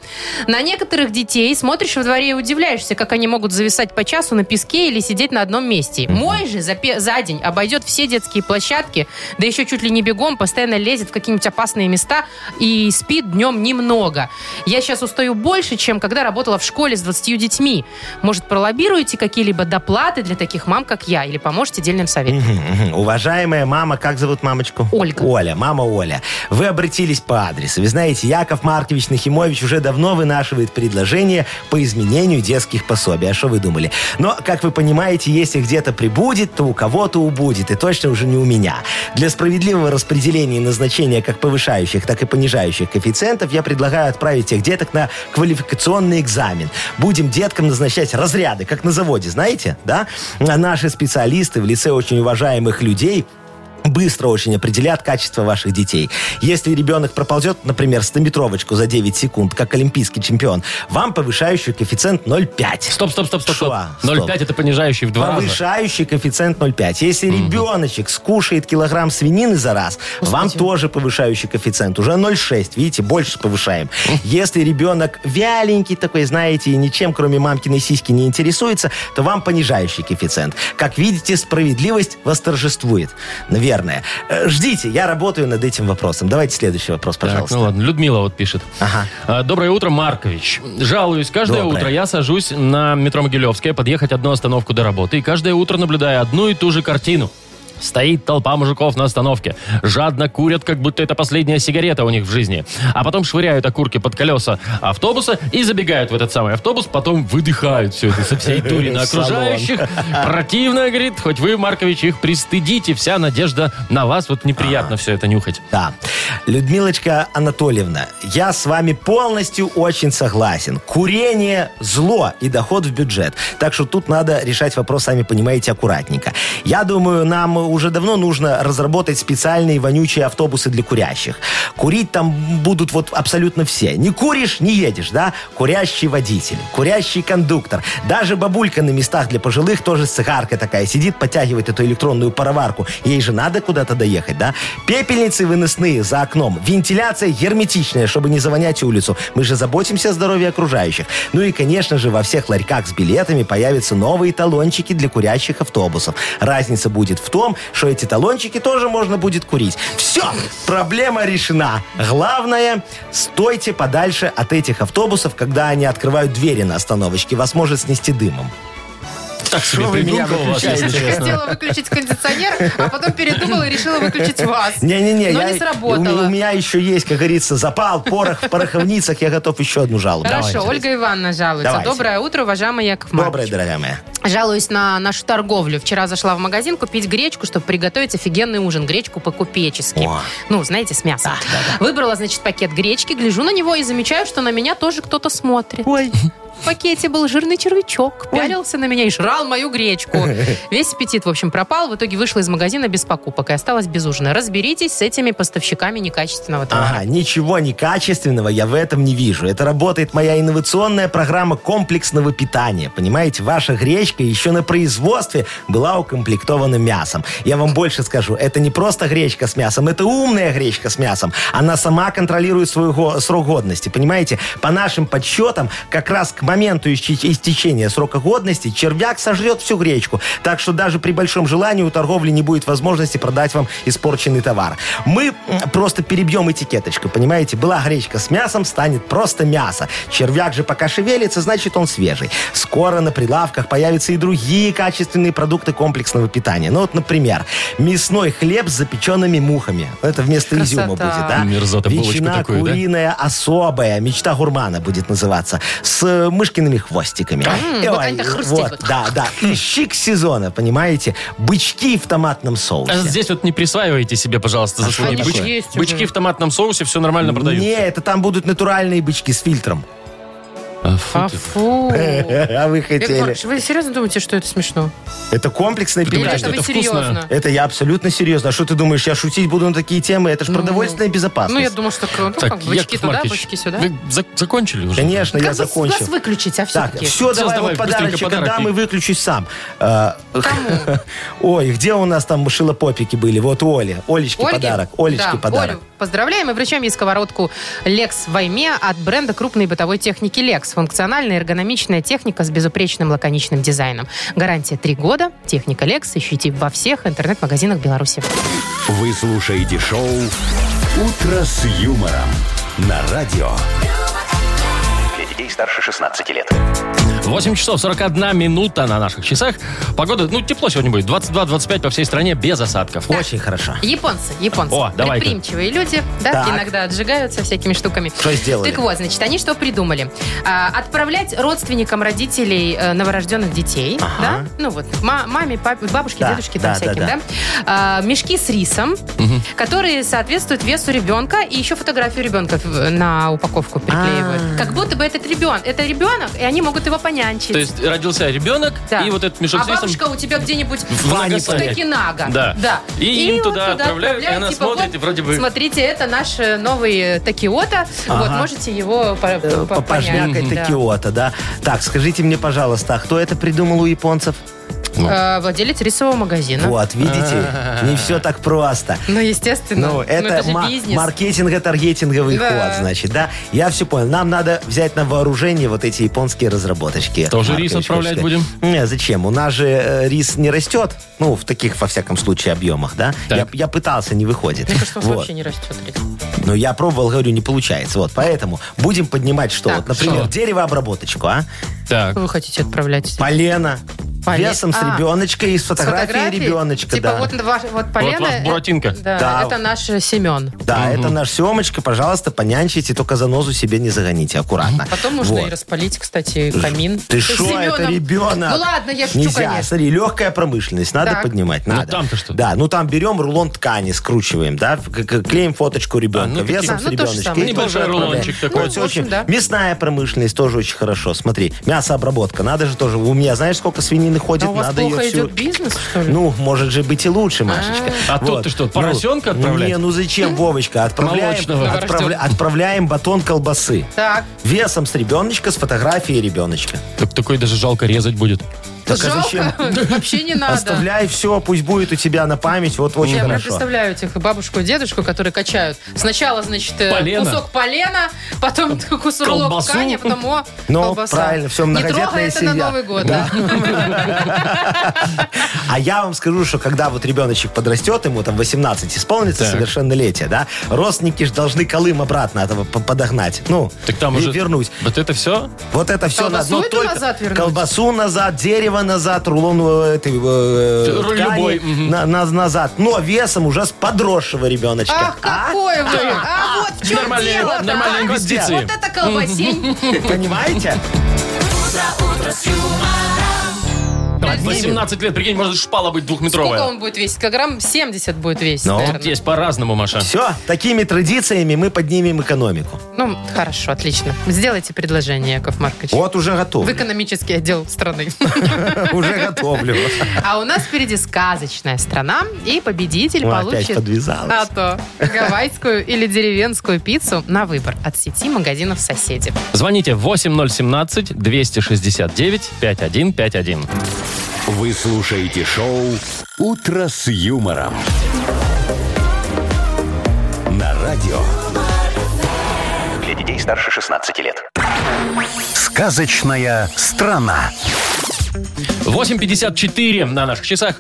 C: На некоторых детей смотришь во дворе и удивляешься, как они могут зависать по часу на песке или сидеть на одном месте. Мой же за, пе- за день обойдет все детские площадки, да еще чуть ли не бегом, постоянно лезет в какие-нибудь опасные места и спит днем немного. Я сейчас устаю больше, чем когда работала в школе с 20 детьми. Может, пролоббируете какие-либо доплаты для таких мам, как я, или поможете дельным советом.
D: Мгм. Уважаемая мама, как зовут мамочку?
C: Ольга.
D: Оля, мама Оля. Вы обратились по адресу. Вы знаете, Яков Маркович Нахимович уже давно вынашивает предложение по изменению детских пособий. А что вы думали? Но, как вы понимаете, если где-то прибудет, то у кого-то убудет. И точно уже не у меня. Для справедливого распределения и назначения как повышающих, так и понижающих коэффициентов я предлагаю отправить тех деток на квалификационный экзамен. Будем деткам назначать разряды, как на заводе, знаете, да? А Наши специалисты в лице очень уважаемых людей быстро очень определят качество ваших детей. Если ребенок проползет, например, стометровочку за 9 секунд, как олимпийский чемпион, вам повышающий коэффициент 0,5.
B: Стоп, стоп, стоп, стоп, стоп.
D: Шла, стоп.
B: 0,5 это понижающий в два раза.
D: Повышающий коэффициент 0,5. Если ребеночек скушает килограмм свинины за раз, вам тоже повышающий коэффициент. Уже 0,6. Видите, больше повышаем. Если ребенок вяленький такой, знаете, и ничем, кроме мамкиной сиськи, не интересуется, то вам понижающий коэффициент. Как видите, справедливость восторжествует. Наверное. Э, Ждите, я работаю над этим вопросом. Давайте следующий вопрос,
B: Так,
D: пожалуйста.
B: ну ладно, Людмила вот пишет.
D: Ага.
B: А, Доброе утро, Маркович. Жалуюсь, каждое
D: Доброе.
B: утро я сажусь на метро Могилевское, подъехать одну остановку до работы, и каждое утро наблюдаю одну и ту же картину. Стоит толпа мужиков на остановке. Жадно курят, как будто это последняя сигарета у них в жизни. А потом швыряют окурки под колеса автобуса и забегают в этот самый автобус. Потом выдыхают все это со всей дури на
D: Салон.
B: окружающих. Противно, говорит. Хоть вы, Маркович, их пристыдите. Вся надежда на вас. Вот неприятно все это нюхать.
D: Да. Людмилочка Анатольевна, я с вами полностью очень согласен. Курение – зло и доход в бюджет. Так что тут надо решать вопрос, сами понимаете, аккуратненько. Я думаю, нам уже давно нужно разработать специальные вонючие автобусы для курящих. Курить там будут вот абсолютно все. Не куришь – не едешь, да? Курящий водитель, курящий кондуктор. Даже бабулька на местах для пожилых тоже с цигаркой такая сидит, подтягивает эту электронную пароварку. Ей же надо куда-то доехать, да? Пепельницы выносные за окном. Вентиляция герметичная, чтобы не завонять улицу. Мы же заботимся о здоровье окружающих. Ну и, конечно же, во всех ларьках с билетами появятся новые талончики для курящих автобусов. Разница будет в том, что эти талончики тоже можно будет курить. Все, проблема решена. Главное, стойте подальше от этих автобусов, когда они открывают двери на остановочке. Вас может снести дымом.
B: Так себе
D: Что вы меня
B: придумка у вас,
D: выключаете?
B: если
D: Честно.
C: Хотела выключить кондиционер, а потом передумала и решила выключить вас.
D: Не-не-не,
C: Но
D: я-
C: не
D: У,
C: сработало.
D: у меня еще есть, как говорится, запал, порох в пороховницах. Я готов еще одну жалобу.
C: Хорошо, Ольга Ивановна жалуется.
D: Давайте.
C: Доброе утро, уважаемый Яков
D: Доброе,
C: Маркович.
D: дорогая моя.
C: Жалуюсь на нашу торговлю. Вчера зашла в магазин купить гречку, чтобы приготовить офигенный ужин. Гречку по-купечески.
D: О.
C: Ну, знаете, с мясом. Выбрала, значит, пакет гречки, гляжу на него и замечаю, что на меня тоже кто-то смотрит.
D: Ой.
C: В пакете был жирный червячок, пялился на меня и жрал мою гречку. Весь аппетит, в общем, пропал. В итоге вышла из магазина без покупок и осталась без ужина. Разберитесь с этими поставщиками некачественного товара.
D: Ага, ничего некачественного я в этом не вижу. Это работает моя инновационная программа комплексного питания. Понимаете, ваша гречка еще на производстве была укомплектована мясом. Я вам больше скажу, это не просто гречка с мясом, это умная гречка с мясом. Она сама контролирует свой го- срок годности. Понимаете, по нашим подсчетам, как раз к моменту исче- истечения срока годности червяк сожрет всю гречку. Так что даже при большом желании у торговли не будет возможности продать вам испорченный товар. Мы м, просто перебьем этикеточку, понимаете? Была гречка с мясом, станет просто мясо. Червяк же пока шевелится, значит он свежий. Скоро на прилавках появятся и другие качественные продукты комплексного питания. Ну вот, например, мясной хлеб с запеченными мухами. Это вместо
C: Красота.
D: изюма будет, да?
B: Мерзота, булочку
D: Ветчина
B: такую, да?
D: куриная особая. Мечта гурмана будет называться. С э, мышкиными хвостиками.
C: М,
D: Э,
C: вот
D: ой,
C: они так хрустят
D: вот,
C: вот.
D: да, да. И щик сезона, понимаете? Бычки в томатном
B: А
D: соусе.
B: Здесь вот не присваивайте себе, пожалуйста, за
D: А
B: свои
D: что
B: бычки.
C: такое? Есть уже.
B: Бычки в томатном соусе все нормально продаются.
D: Не, это там будут натуральные бычки с фильтром.
B: А, фу
C: А
B: ты.
C: фу.
D: А вы
C: Яков
D: хотели.
C: Маркович, вы серьезно думаете, что это смешно?
D: Это комплексное
C: Или
B: Думаешь,
D: питание.
C: это
B: что
C: вы
B: это вкусно?
C: серьезно?
D: Это я абсолютно серьезно. А что ты думаешь, я шутить буду на такие темы? Это же продовольственная безопасность.
C: Ну, я думала, что ну,
B: Так,
C: как, бычки
B: Яков
C: туда,
B: Маркович,
C: бычки сюда.
B: Вы за- закончили уже?
D: Конечно,
C: Как
D: я
C: бы
D: закончил.
C: Вас выключить, а
D: Так,
C: все-таки.
D: все,
B: Всё,
D: давай,
B: давай,
D: вот подарочек,
B: быстренько подарок
D: а
B: и-
D: дам и выключусь сам. Э, Ой, где у нас там шилопопики были? Вот у Оли. Олечке
C: Ольге-
D: подарок. Олечке
C: да,
D: подарок.
C: Олю поздравляем и вручаем ей сковородку Lex Вайме от бренда крупной бытовой техники Lex. Функциональная эргономичная техника с безупречным лаконичным дизайном. Гарантия 3 года. Техника Lex ищите во всех интернет-магазинах Беларуси.
A: Вы слушаете шоу «Утро с юмором» на радио.
F: Для детей старше 16 лет.
B: 8 часов 41 минута на наших часах. Погода, ну, тепло сегодня будет. 22-25 по всей стране без осадков.
D: Очень хорошо.
C: Японцы, японцы.
B: О, давай-ка.
C: Предприимчивые люди, да,
D: Так.
C: иногда отжигаются всякими штуками.
D: Что сделали?
C: Так вот, значит, они что придумали? А, отправлять родственникам родителей э, новорожденных детей,
D: Ага.
C: да, ну вот, ма- маме, папе, бабушке,
D: Да,
C: дедушке там
D: да, да,
C: всяким, да,
D: да.
C: А, мешки с рисом, которые соответствуют весу ребенка, и еще фотографию ребенка в- на упаковку приклеивают.
D: А.
C: Как будто бы этот ребенок, это ребенок, и они могут его понянчить.
B: То есть родился ребенок,
C: Да.
B: и вот этот мешок
C: а
B: с рисом
C: бабушка у тебя где-нибудь
B: в Нагасаки.
C: Токинага.
B: Да.
C: да.
B: И им туда отправляют, и она смотрит, и вроде бы-
C: типа, Смотрите, это наш э, новый э, Токиота. Вот, можете его по-
D: Э,
C: по- по-
D: Попожнякой
C: понять. Да.
D: Токиота, да. Так, скажите мне, пожалуйста, а кто это придумал у японцев?
C: Э, Владелец рисового магазина.
D: Вот, видите, не все так просто.
C: А. Ну, естественно.
D: Ну, это,
C: же
D: ма-
C: бизнес.
D: маркетинго-таргетинговый
C: Да.
D: ход, значит, да? Я все понял. Нам надо взять на вооружение вот эти японские разработочки.
B: Тоже рис
D: Маркович,
B: отправлять
D: Кошка.
B: будем?
D: Не, зачем? У нас же э, рис не растет, ну, в таких, во всяком случае, объемах, да?
B: Так.
D: Я, я пытался, не выходит.
C: Мне кажется, у вас
D: Вот.
C: вообще не растет рис.
D: Но я пробовал, говорю, не получается. Вот, поэтому будем поднимать что?
C: Так,
D: вот, например,
B: что?
D: деревообработочку, а?
B: Так.
C: Что Вы хотите отправлять?
D: Полено.
C: Поле-
D: Весом с
C: А,
D: ребеночкой и с
C: С
D: фотографией
C: фотографией?
D: ребеночка,
C: типа,
D: да.
C: вот, ваш- вот полено,
B: ваш
C: э,
B: Буратинка.
C: Да,
D: Да.
C: это наш э, Семен.
D: Да, это наш Семочка, пожалуйста, понянчите, только занозу себе не загоните, аккуратно.
C: Потом можно
D: Вот.
C: и распалить, кстати, камин.
D: Ты
C: С
D: что, это
C: Семеном.
D: ребенок?
C: Ну ладно, я шучу,
D: Нельзя,
C: конечно.
D: смотри, легкая промышленность, надо
C: Так.
D: поднимать, надо.
B: там-то что?
D: Да, ну там берем рулон ткани, скручиваем, да, к- к- клеим фоточку ребенка,
B: А, ну,
D: весом
C: такие-
D: с
C: Ну, то же
D: ребеночкой.
C: самое.
D: и
B: Небольшой
D: тоже отправляем.
B: рулончик такой.
D: Ну, это
C: Ну, в общем,
D: очень-
C: да.
D: Мясная промышленность тоже очень хорошо, смотри, мясообработка, надо же тоже, у меня знаешь, сколько свинины ходит,
C: А у вас
D: надо
C: плохо
D: ее всю-
C: идет бизнес, что ли?
D: Ну, может же быть и лучше, Машечка.
B: А тут ты что, поросенка
D: Ну,
B: отправлять?
D: Не, ну зачем, Вовочка? Отправляем,
B: Молочного.
D: отправля-
C: Новорожденного.
D: отправляем батон колбасы.
C: Так,
D: Весом с ребеночка, с фотографией ребеночка.
B: Так такой даже жалко резать будет.
D: Так а
C: жалко,
D: зачем?
C: вообще не надо.
D: Оставляй все, пусть будет у тебя на память, вот очень
C: Я прям
D: хорошо.
C: представляю этих бабушку и дедушку, которые качают. Сначала, значит, э,
B: Полено.
C: кусок полена, потом кусок
B: Колбасу.
C: ткани, а потом о,
D: Ну,
C: колбаса.
D: правильно, всё,
C: Не
D: многодетная
C: трогай это на
D: семья.
C: Новый год, да.
D: А я вам скажу, что когда вот ребеночек подрастет, ему там 18 исполнится
B: Так.
D: совершеннолетие, да, родственники же должны Колым обратно этого по- подогнать. Ну,
B: Так там
D: и
B: уже...
D: вернуть.
B: Вот это все?
D: Вот это все
C: Колбасу
D: надо. ну,
C: эту
D: только
C: назад вернуть?
D: Колбасу назад, дерево назад, рулон э, этой, э,
B: Руль
D: ткани
B: любой, мгм.
D: на- на- назад. Но весом уже с подросшего ребеночка.
C: Ах,
D: А?
C: какой вы! А вот в чем
B: Нормальные-
C: дело, да?
B: нормальные инвестиции.
C: а? Вот это колбасень.
D: Понимаете?
B: 18 лет, прикинь, может шпала быть
C: Сколько
B: двухметровая.
C: он будет весить? Килограмм 70 будет весить,
D: Ну,
C: наверное.
B: Здесь по-разному, Маша.
D: Все, такими традициями мы поднимем экономику.
C: Ну, хорошо, отлично. Сделайте предложение, Яков Маркович.
D: Вот уже готов.
C: В экономический отдел страны.
D: Уже готовлю.
C: А у нас впереди сказочная страна, и победитель
D: Ой,
C: получит...
D: опять подвязалась.
C: А то гавайскую или деревенскую пиццу на выбор от сети магазинов «Соседи».
B: Звоните 8017-269-5151.
A: Вы слушаете шоу «Утро с юмором». На радио
F: Для детей старше 16 лет.
A: «Сказочная страна».
B: 8.54 на наших часах.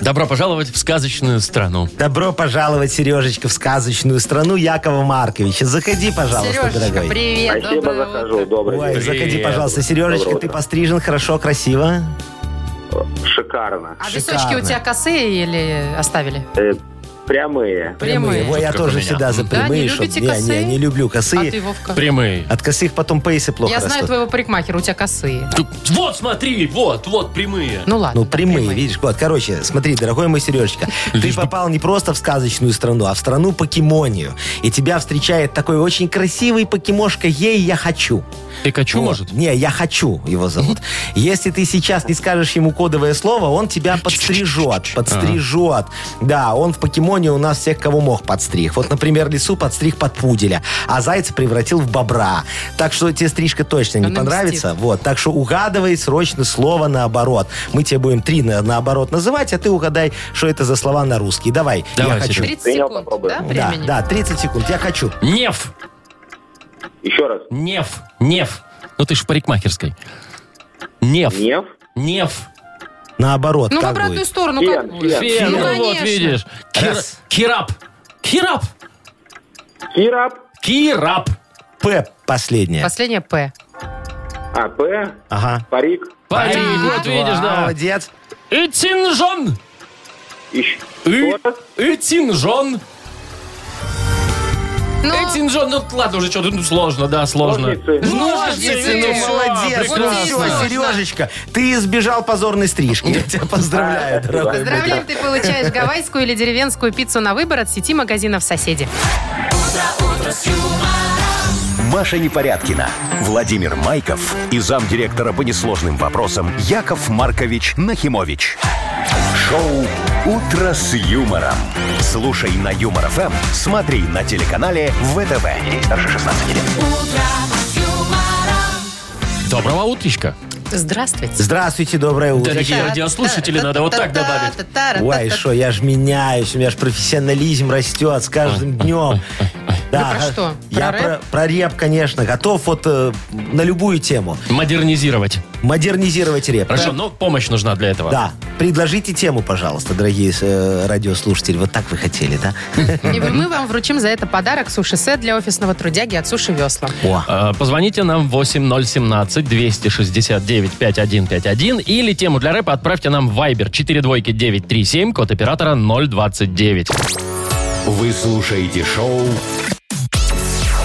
B: Добро пожаловать в сказочную страну.
D: Добро пожаловать, Сережечка, в сказочную страну Якова Марковича. Заходи, пожалуйста,
C: Сережечка,
D: дорогой.
C: привет,
G: Спасибо,
C: доброе
G: захожу. Добрый
D: Ой,
G: день.
D: заходи,
B: Привет.
D: пожалуйста, Сережечка,
G: Доброе
D: ты
G: утро.
D: пострижен хорошо, красиво.
G: Шикарно.
C: А височки
D: Шикарно.
C: у тебя косые или оставили?
G: Э, прямые.
C: Прямые.
D: Во, я
B: Шутка у
D: тоже
B: меня.
D: всегда за
B: Да,
D: прямые.
C: не
D: чтоб-
C: любите
D: не,
C: косые?
D: не, не люблю
C: А ты,
D: косые.
C: Вовка?
B: Прямые.
D: От косых потом пейсы плохо
C: Я знаю
D: растут.
C: твоего парикмахера, у тебя косые.
B: Тут- Вот, смотри, вот, вот, прямые.
C: Ну ладно.
D: Ну,
C: да,
D: прямые, видишь. Вот, короче, смотри, дорогой мой Сережечка, ты попал не просто в сказочную страну, а в страну покемонию. И тебя встречает такой очень красивый покемошка «Ей я хочу».
B: Пикачу,
D: Вот.
B: может?
D: Не, я хочу его зовут. Если ты сейчас не скажешь ему кодовое слово, он тебя подстрижет. Подстрижет. Да, он в покемоне у нас всех, кого мог, подстриг. Вот, например, лису подстриг под пуделя, а зайца превратил в бобра. Так что тебе стрижка точно не
C: Она
D: понравится. Вот, так что угадывай срочно слово наоборот. Мы тебе будем три на- наоборот называть, а ты угадай, что это за слова на русский. Давай,
B: Давай,
D: я хочу.
C: 30
G: Принял,
C: секунд,
G: попробуем.
C: да,
D: Да,
C: времени?
D: да, 30 секунд, я хочу.
B: Неф,
G: Еще раз.
B: неф, неф. Ну ты ж в парикмахерской. Неф,
G: Неф.
B: неф.
D: Наоборот,
C: Ну, в
D: как
C: обратную
D: будет?
C: сторону
G: Фен,
C: как будет?
G: фен.
B: Фен, ну
C: Ну,
B: вот,
C: конечно.
B: видишь.
D: Раз.
B: Кирап, кирап,
G: Кирап.
B: кирап.
D: П последнее.
C: Последнее «П».
G: АП,
D: Ага.
G: А
D: А,
G: парик,
B: Парик, вот видишь, да.
D: Молодец.
B: Итинжон.
G: ищ.
B: И-
G: Что?
B: Итинжон.
C: Ну,
B: Итинжон. Ну, ладно, уже что-то сложно, да, сложно.
G: Ножницы.
B: Ножницы, ну
D: Ты
B: всё,
D: молодец,
B: прекрасно.
D: ну всё, Сережечка, ты избежал позорной стрижки. Я тебя поздравляю, дорогой мой.
C: Поздравляем, ты получаешь гавайскую или деревенскую пиццу на выбор от сети магазинов «Соседи».
A: Маша Непорядкина, Владимир Майков и замдиректора по несложным вопросам Яков Маркович Нахимович. Шоу «Утро с юмором». Слушай на Юмор ФМ, смотри на телеканале ВТВ. Ей старше 16 лет.
B: Доброго утречка.
C: Здравствуйте.
D: Здравствуйте, доброе утро.
B: Дорогие радиослушатели, надо вот так добавить.
D: Ой, шо, я ж меняюсь, у меня ж профессионализм растет с каждым днем. Да,
C: про что?
D: Я
C: Про
D: про, про реп, конечно, готов вот э, на любую тему.
B: Модернизировать.
D: Модернизировать реп.
B: Хорошо, ну, но помощь нужна для этого.
D: Да. Предложите тему, пожалуйста, дорогие э, радиослушатели. Вот так вы хотели, да?
C: И мы вам вручим за это подарок суши-сет для офисного трудяги от Суши Весла. А
D: О,
B: Э, Позвоните нам 8017-269-5151 или тему для рэпа отправьте нам в Viber 42937, код оператора 029.
A: Вы слушаете шоу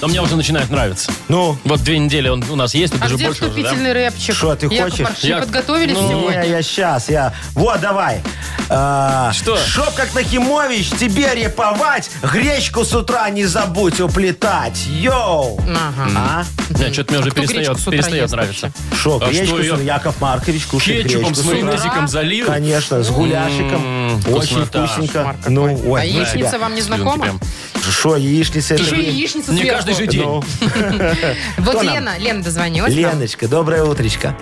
B: Но мне уже начинает нравиться.
D: Ну,
B: Вот две недели он у нас есть, это
C: А
B: же
C: где
B: больше уже, да?
C: вступительный рэпчик?
D: Шо, ты
C: Яков
D: хочешь?
C: Маркович, не
B: Я-
C: подготовились
B: Ну,
D: не,
C: сегодня?
D: я сейчас, я... Вот, давай. А,
B: Что?
D: Чтоб как Нахимович тебе реповать, гречку с утра не забудь уплетать. Йоу!
C: Ага.
D: А?
B: что-то мне уже
C: кто гречку
B: перестает,
C: с утра
B: перестает
C: ест
B: нравиться.
D: Шо,
B: А
D: гречку
B: что
D: с-
B: её?
D: Яков Маркович кушает
B: Кетчупом М-м,
D: гречку
B: с
D: с утра.
B: майонезиком залил?
D: Конечно, с гуляшиком. Очень
B: вкуснота.
D: вкусненько. Ну, ой,
C: А
D: ну тебя.
C: яичница вам не
B: Слюнки
C: знакома?
B: прям.
D: Шо, яичница это...
C: Еще
D: блин.
C: яичница
B: Не
C: сверху.
B: каждый же день.
D: Ну,
C: Вот
D: Кто нам?
C: Лена, Лена дозвонилась нам.
D: Леночка, доброе утречко.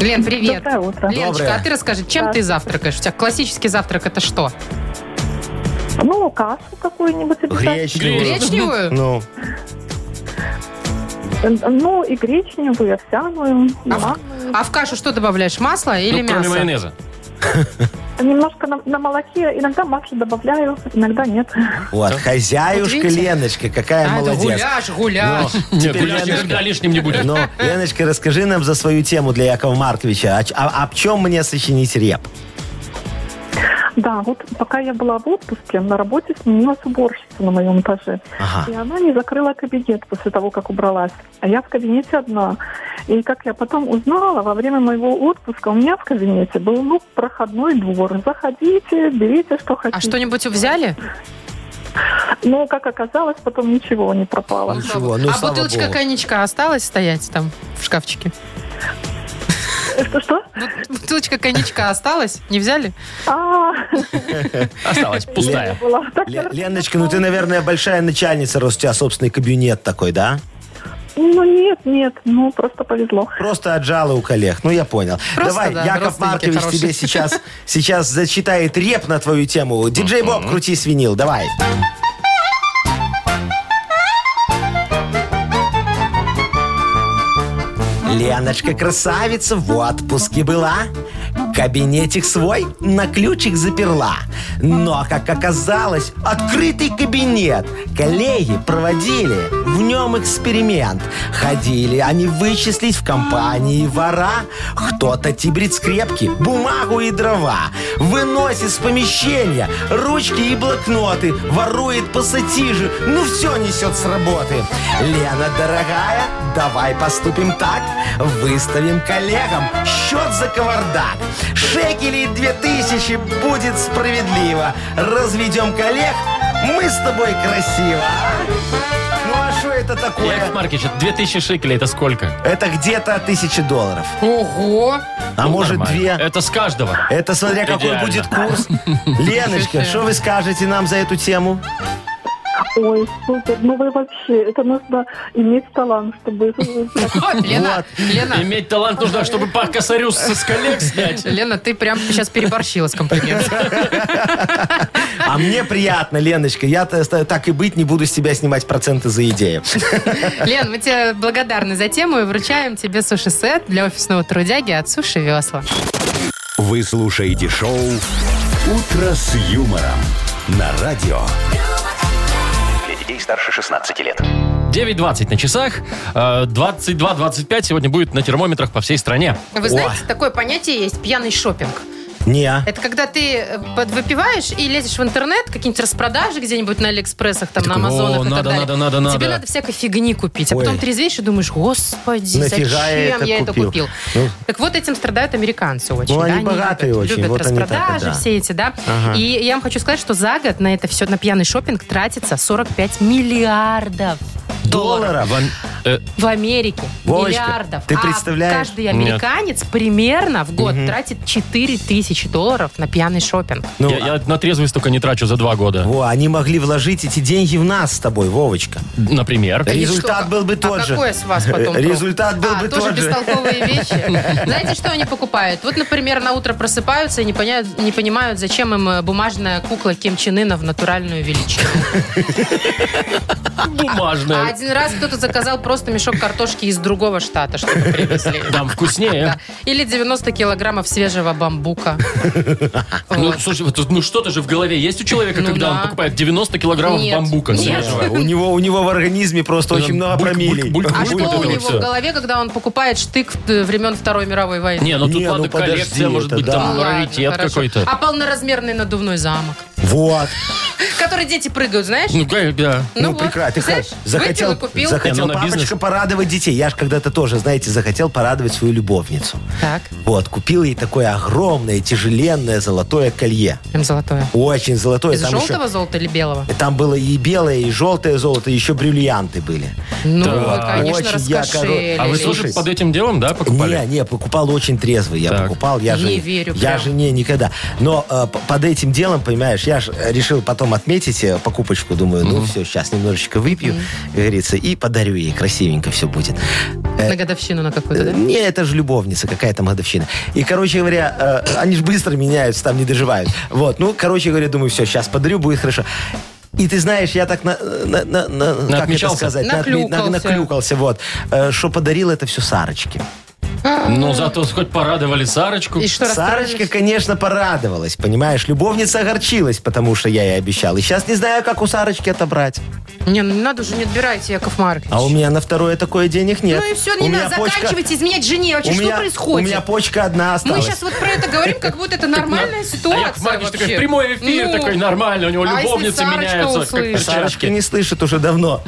C: Лен, привет.
E: Доброе утро.
C: Леночка,
D: Доброе.
C: а ты расскажи, чем ты завтракаешь? У тебя классический завтрак это что?
E: Ну, кашу какую-нибудь обязательно.
B: Э,
D: Гречневую.
C: Гречневую?
D: Ну,
E: Ну, и гречневую, и овсяную, и манную.
C: А в кашу что добавляешь? Масло
B: Ну,
C: или
B: кроме
C: мясо?
B: майонеза.
E: Немножко на, на молоке, иногда масло добавляю, иногда нет.
D: вот, хозяюшка
C: видите?
D: Леночка, какая
C: А, это
D: молодец. Ну,
C: гуляш, гуляш.
B: Нет,
D: Теперь
B: гуляш
D: Леночка.
B: никогда лишним не будет.
D: Ну, Леночка, расскажи нам за свою тему для Якова Марковича. А ч- А об чем мне сочинить реп?
E: Да, вот пока я была в отпуске, на работе сменилась уборщица на моем этаже.
D: Ага.
E: И она не закрыла кабинет после того, как убралась. А я в кабинете одна. И как я потом узнала, во время моего отпуска у меня в кабинете был ну, проходной двор. Заходите, берите, что хотите.
C: А что-нибудь взяли?
E: Но, как оказалось, потом ничего не пропало.
D: Ничего, ну,
C: а
D: слава
C: бутылочка
D: богу.
C: коньячка осталась стоять там в шкафчике?
E: Что? что?
C: Вот Бутылочка коньячка осталась? Не взяли?
E: А,
B: Осталась пустая.
E: была. Так я
D: Ле- Леночка, ну ты, наверное, большая начальница, раз у тебя собственный кабинет такой, да?
E: Ну нет, нет, ну просто повезло.
D: Просто отжала у коллег. Ну, я понял.
C: Просто,
D: Давай,
C: да,
D: Яков
C: родственники
D: Маркович
C: хорошие.
D: тебе сейчас, сейчас зачитает реп на твою тему. Диджей Боб, крути свинил, давай. Леночка красавица в отпуске была. Кабинетик свой на ключик заперла. Но, как оказалось, открытый кабинет. Коллеги проводили в нем эксперимент. Ходили они вычислить в компании вора. Кто-то тибрит скрепки, бумагу и дрова. Выносит с помещения ручки и блокноты. Ворует пассатижи. Ну все несет с работы. Лена, дорогая, давай поступим так. Выставим коллегам счет за кавардак. Шекелей две тысячи будет справедливо. Разведем коллег, мы с тобой красиво. а? Ну а что это
B: Яков
D: такое?
B: Маркич, 2000 шекелей это сколько?
D: Это где-то тысяча долларов.
C: Ого!
D: А
B: Ну,
D: может
B: нормально.
D: две.
B: Это с каждого.
D: Это смотря какой
B: Идеально.
D: будет курс. Леночка, что вы скажете нам за эту тему?
E: Ой, супер, ну вы вообще, это нужно иметь талант, чтобы...
C: О, Лена, Лена,
B: Иметь талант нужно, чтобы по косарю с, с коллег снять.
C: Лена, ты прям сейчас переборщила с комплиментом.
D: А мне приятно, Леночка. Я т- т- так и быть не буду с тебя снимать проценты за идею.
C: Лен, мы тебе благодарны за тему и вручаем тебе суши-сет для офисного трудяги от Суши Весла.
A: Вы слушаете шоу «Утро с юмором» на радио.
F: Для детей старше 16 лет.
B: 9.20 на часах, э, 22.25 сегодня будет на термометрах по всей стране.
C: Вы знаете, такое понятие есть пьяный шопинг.
D: Не. а?
C: Это когда ты э, подвыпиваешь и лезешь в интернет, какие-нибудь распродажи где-нибудь на Алиэкспрессах, там, на
B: Такой,
C: Амазонах
B: «О,
C: и так
B: надо,
C: далее.
B: надо, надо, надо».
C: Тебе надо всякой фигни купить. А потом
D: Ой.
C: трезвеешь и думаешь, господи,
D: Нафига
C: зачем
D: я это
C: это
D: купил?»
C: купил?
D: Ну.
C: Так вот этим страдают американцы очень.
D: Ну,
C: да,
D: они богатые
C: любят,
D: очень,
C: Любят
D: вот они так и,
C: распродажи
D: да.
C: все эти, да. И я вам хочу сказать, что за год на это все, на пьяный шопинг тратится 45 миллиардов
D: Долларов.
B: Э,
C: в Америке.
D: Вовочка,
C: миллиардов.
D: ты
C: А
D: представляешь?
C: каждый американец примерно в год тратит 4 тысячи долларов на пьяный шопинг.
D: Ну,
B: я, я на трезвый столько не трачу за два года.
D: Во, они могли вложить эти деньги в нас с тобой, Вовочка.
B: Например.
D: Да Результат был бы тот
C: а
D: же.
C: какой с вас потом? толк?
D: Результат был
C: а,
D: бы
C: тоже
D: тот же.
C: бестолковые вещи. Знаете, что они покупают? Вот, например, на утро просыпаются и не, поняют, не понимают, зачем им э, бумажная кукла Ким Чен Ына в натуральную величину. А
B: Бумажная.
C: один раз кто-то заказал просто мешок картошки из другого штата, чтобы привезли.
B: Там вкуснее.
C: Да. Или 90 килограммов свежего бамбука.
B: Ну,
C: Вот.
B: слушай, вот тут, ну что-то же в голове есть у человека,
C: Ну
B: когда он
C: да.
B: покупает 90 килограммов
C: Нет.
B: бамбука
C: Нет.
B: свежего?
D: У него, у него в организме просто очень много
B: Ну, Бульк,
D: промилей.
B: бульк, бульк,
C: А что
B: бульк,
C: у
B: вот это
C: него
B: всё.
C: в голове, когда он покупает штык э, времен Второй мировой войны?
B: Не, ну тут
D: Не,
B: ладно,
D: ну подожди,
B: коллекция, может
D: это
B: быть,
D: да.
B: там
C: Ну ладно,
B: раритет
C: хорошо.
B: какой-то.
C: А полноразмерный надувной замок,
D: Вот.
C: в который дети прыгают, знаешь?
B: Ну, га- да.
D: Ну,
C: вот,
D: прекрасно. Ты
C: знаешь,
D: знаешь, захотел,
C: выпил и купил.
D: захотел
B: Не, ну, на
D: папочка
B: бизнес.
D: порадовать детей. Я же когда-то тоже, знаете, захотел порадовать свою любовницу.
C: Так,
D: Вот, купил ей такое огромное, тяжеленное золотое колье.
C: прям золотое.
D: Очень золотое.
C: Из
D: там еще-
C: желтого золота или белого?
D: Там было и белое, и желтое золото, и еще бриллианты были.
C: Ну,
B: Да.
C: вы, конечно,
D: Очень я коро-
C: раскошелились.
B: А вы тоже
D: Слушай.
B: под этим делом, да, покупали?
D: Не, не, покупал очень трезвый. Я
B: Так.
D: покупал, я
C: Не
D: же...
C: верю
D: Я
C: прям.
D: же не, никогда. Но э, п- под этим делом, понимаешь, я же решил потом отметить э, покупочку. Думаю, ну все, сейчас немножечко выпью, как говорится, и подарю ей. Красивенько все будет. Э,
C: На годовщину на какую-то, да?
D: Не, это же любовница, какая там годовщина. И, короче говоря, э, они же быстро меняются, там не доживают. Вот, ну, короче говоря, думаю, все, сейчас подарю, будет хорошо. И ты знаешь, я так на, на- на- на- как это
B: Наотмечался?
D: сказать, На- на-
C: Наклюкался.
D: наклюкался, вот, Э, что подарил это все Сарочке.
B: Ну, зато хоть порадовали Сарочку.
C: И что,
D: Сарочка,
C: расстроились?
D: конечно, порадовалась, понимаешь, любовница огорчилась, потому что я ей обещал. И сейчас не знаю, как у Сарочки отобрать.
C: Не, ну не надо уже, не отбирайте, Яков Маркович.
D: А у меня на второе такое денег нет.
C: Ну и все, не
D: У меня
C: надо
D: почка-
C: заканчивать, изменять жене. Вообще,
D: у
C: что
D: меня-
C: происходит?
D: У меня почка одна
C: Мы
D: осталась. ну,
C: сейчас вот про это говорим, как будто это нормальная
B: А
C: ситуация
B: Яков Маркович такой
C: вообще.
B: прямой эфир,
C: Ну,
B: такой нормальный, у него
C: а если
B: любовницы
C: Сарочка
B: меняются, как
C: услышит?
D: Сарочка
B: перчатки.
D: не слышит уже давно.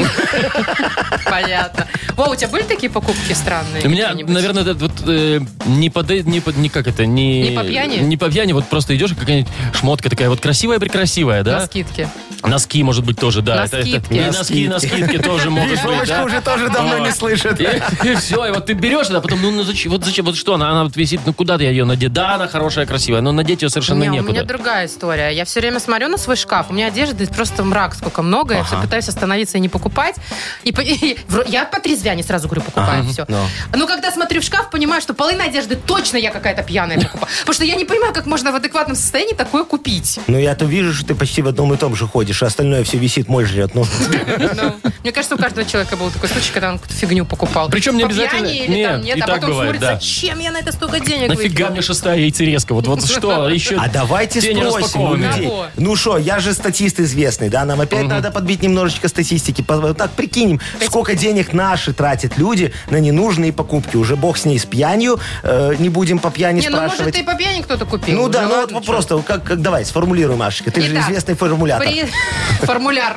C: Понятно. Во, у тебя были такие покупки странные?
B: У меня,
C: какие-нибудь?
B: наверное, этот вот э, не под не под не как это не
C: Не по пьяни?
B: не по пьяни, вот просто идешь и какая-нибудь шмотка такая вот красивая прекрасивая, да?
C: На скидке.
B: Носки, может быть, тоже, да.
C: На
B: Это- это-
C: скидке.
B: и
D: На
B: носки, на
D: скидке.
B: скидке тоже могут быть,
D: Вовочка
B: да.
D: уже тоже давно не
B: Вот.
D: слышит.
B: И, все, и вот ты берешь, а потом, ну, ну, зачем, вот зачем, вот что, она, она вот висит, ну куда ты ее надеть? Да, она хорошая, красивая, но надеть ее совершенно
C: Не, у меня
B: некуда.
C: другая история. Я все время смотрю на свой шкаф. У меня одежды просто мрак, сколько много. Я все пытаюсь остановиться и не покупать. И, по- и вро- я по трезвяне сразу говорю, покупаю все.
D: ну.
C: Но когда смотрю в шкаф, понимаю, что половина одежды точно я какая-то пьяная покупаю. Потому что я не понимаю, как можно в адекватном состоянии такое купить.
D: Ну, я-то вижу, что ты почти в одном и том же ходишь, а остальное все висит, мой жрет. Ну,
C: Ну, Мне кажется, у каждого человека был такой случай, когда он какую-то фигню покупал.
B: Причем не
C: По
B: обязательно-
C: пьяни или там
B: Нет,
C: нет,
B: и
C: а
B: так
C: потом
B: бывает,
C: смотрит,
B: да.
C: зачем я на это столько денег
B: Нафига
C: выкинула?
B: мне шестая яйцерезка? Вот, вот что еще?
D: а давайте
B: Тени
D: спросим у
B: распакованные.
D: людей.
C: Кого?
D: Ну что, я же статист известный, да, нам опять надо подбить немножечко статистики. По- Так, прикинем, сколько денег наши тратят люди на ненужные покупки. Уже бог с ней, с пьянью, э, не будем по пьяни
C: Не, ну может
D: спрашивать.
C: ты и по пьяни кто-то купил.
D: ну
C: уже,
D: да, ну
C: ладно,
D: вот
C: чё.
D: просто, как, как- давай, сформулируй, Машечка, ты же
C: Итак,
D: известный формулятор.
C: При... Формуляр.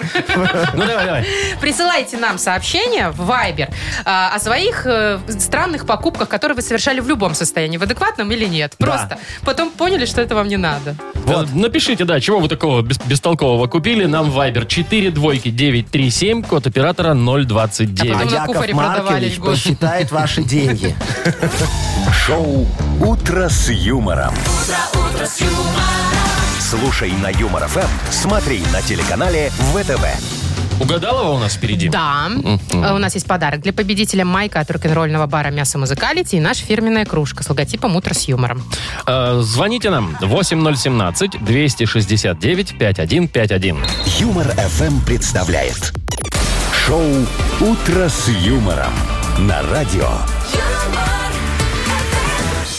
B: Ну давай, давай.
C: Присылайте нам сообщения в Viber а, о своих э, странных покупках, которые вы совершали в любом состоянии, в адекватном или нет.
D: Да.
C: Просто потом поняли, что это вам не надо.
B: Вот. Напишите, да, чего вы такого бес- бестолкового купили. Нам Viber 4 двойки 937, код оператора 029.
C: А
D: А
C: потом на
D: Яков
C: кухаре продавали
D: Маркович
C: льготу.
D: посчитает ваши деньги.
A: Шоу «Утро с юмором». Слушай на Юмор ФМ, смотри на телеканале ВТВ.
B: Угадалова у нас впереди?
C: Да. Э, У нас есть подарок для победителя Майка от рок-н-ролльного бара «Мясо Музыкалити» и наша фирменная кружка с логотипом «Утро с юмором».
B: Э, звоните нам 8017-269-5151.
A: Юмор ФМ представляет шоу Утро с юмором на радио.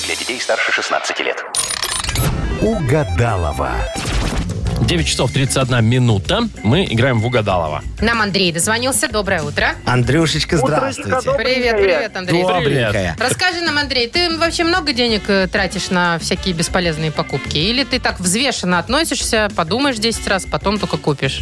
F: Для детей старше 16 лет.
A: Угадалова.
B: 9 часов 31 минута. Мы играем в Угадалова.
C: Нам Андрей дозвонился. Доброе утро.
D: Андрюшечка, здравствуйте.
G: Утречка,
C: Привет, привет, Андрей.
D: Добренькая.
C: Расскажи нам, Андрей, ты вообще много денег э, тратишь на всякие бесполезные покупки? Или ты так взвешенно относишься, подумаешь 10 раз, потом только купишь?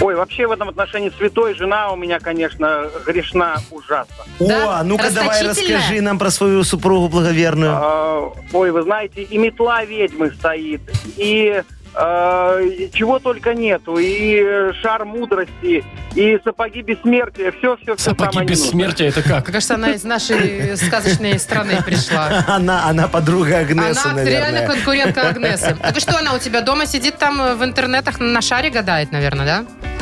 H: Ой, вообще в этом отношении святой жена у меня, конечно, грешна ужасно.
C: Да?
D: О, а ну-ка давай
C: Расточительная?
D: расскажи нам про свою супругу благоверную.
H: А, Ой, вы знаете, и метла ведьмы стоит, и а, и чего только нету, и э, шар мудрости, и сапоги бессмертия, все, все, все
B: Сапоги бессмертия, это как?
C: Мне А кажется, она из нашей сказочной страны пришла.
D: Она, она подруга Агнесы,
C: Она реально
D: наверное.
C: конкурентка Агнесы. Так и что, она у тебя дома сидит там э, в интернетах, на шаре гадает, наверное, да?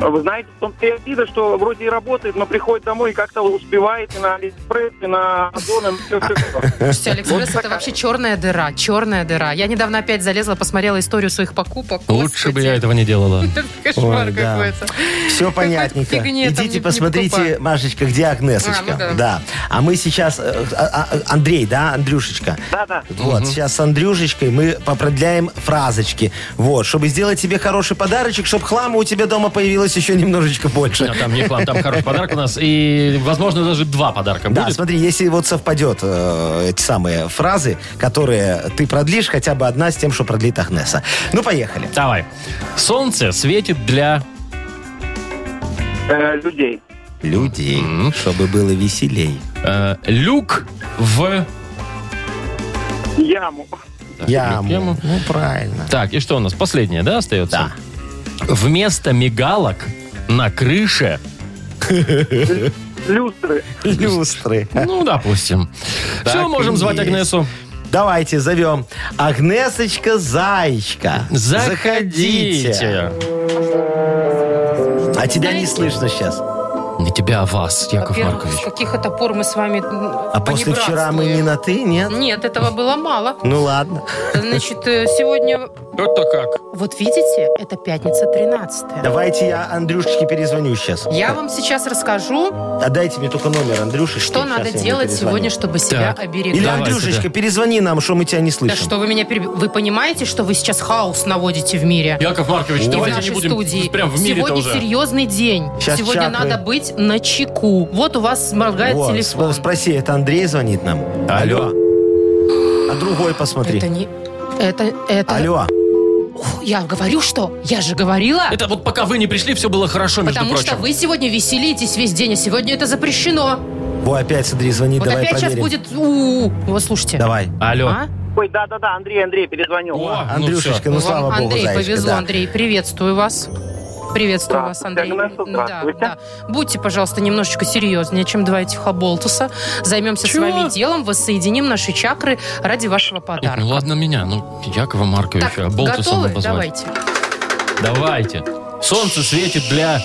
H: Вы знаете, в том обида, что вроде и работает, но приходит домой и как-то успевает и на Алиэкспресс, и на Озон, и все, все, все.
C: Слушайте, Алиэкспресс это вообще черная дыра, черная дыра. Я недавно опять залезла, посмотрела историю своих покупок.
B: Лучше бы я
C: Господи.
B: этого не делала.
C: Кошмар
D: Ой, да.
C: какой-то.
D: Все понятненько.
C: фигне там не-
D: Идите
C: не
D: посмотрите,
C: покупаю.
D: Машечка, где Агнесочка.
C: А, ну да.
D: А мы сейчас... э, а- а- Андрей, да, Андрюшечка?
H: Да-да.
D: Вот, сейчас с Андрюшечкой мы попродляем фразочки. Вот, чтобы сделать тебе хороший подарочек, чтобы хлама у тебя дома появилось еще немножечко больше.
B: А, Там не хлам, там хороший подарок у нас. И, возможно, даже два подарка
D: Да,
B: будет.
D: смотри, если вот совпадет э, эти самые фразы, которые ты продлишь, хотя бы одна с тем, что продлит Агнеса. Ну, поехали.
B: Давай. Солнце светит для...
H: Э, людей.
D: Людей, чтобы было веселей.
B: э, люк в...
H: Яму.
D: Яму.
B: яму.
D: Ну, правильно.
B: Так, и что у нас? Последнее, да, остается?
D: Да.
B: Вместо мигалок на крыше...
H: Люстры.
D: Люстры.
B: Ну, допустим.
D: Так
B: Все,
D: и
B: можем звать
D: есть.
B: Агнесу.
D: Давайте зовем. Агнесочка Заячка.
B: Заходите.
D: А тебя не слышно сейчас.
B: Не тебя, а вас, Яков
C: Во-первых,
B: Маркович.
C: с каких это пор мы с вами
D: А после вчера мы не на ты, нет?
C: Нет, этого было мало.
D: Ну ладно.
C: Значит, э, сегодня...
B: Это как?
C: Вот видите, это пятница 13
D: Давайте я Андрюшечке перезвоню сейчас.
C: я вам сейчас расскажу,
D: А дайте мне только номер Андрюшечки.
C: что
D: Сейчас я
C: надо
D: ему
C: делать
D: перезвоню.
C: сегодня, чтобы себя
B: Так.
D: Или
C: оберегать.
B: Давай
D: Андрюшечка,
B: сюда.
D: перезвони нам, что мы тебя не
C: Да
D: слышим.
C: что вы меня переб- Вы понимаете, что вы сейчас хаос наводите в мире?
B: Яков Маркович,
C: И в
B: давайте
C: нашей
B: не будем
C: студии.
B: прям в мире-то
C: Сегодня
B: уже.
C: серьезный день.
D: Щас
C: Сегодня
D: чакры.
C: надо быть на чеку. Вот у вас моргает
D: Вот,
C: телефон.
D: сп- Спроси, это Андрей звонит нам?
B: Алло.
D: А другой посмотри.
C: Это не... Это... это...
D: Алло.
C: Ух, Я говорю, что? Я же говорила.
B: Это вот пока вы не пришли, все было хорошо, между
C: Потому что
B: прочим.
C: вы сегодня веселитесь весь день, а сегодня это запрещено.
D: Во, опять смотри, звонит,
C: вот
D: давай
C: опять сейчас
D: проверим.
C: будет... у Вот слушайте.
D: Давай.
B: Алло.
C: А?
H: Ой, да-да-да, Андрей, Андрей, перезвонил.
B: О, ну
D: Андрюшечка, ну,
C: Вам,
D: слава богу,
C: Андрей,
D: Заячка,
C: повезло,
D: да.
C: Андрей. Приветствую вас. Приветствую вас, Андрей.
H: Здравствуйте, Агнеса, здравствуйте.
C: Да, да. Будьте, пожалуйста, немножечко серьезнее, чем два этих оболтуса. Займемся
B: Чего?
C: с вами делом, воссоединим наши чакры ради вашего
B: Нет, ну
C: подарка.
B: ладно меня, ну Якова
C: Так,
B: Марковича, Болтуса
C: готовы?
B: надо позвать.
C: Давайте.
B: Давайте. Солнце светит для...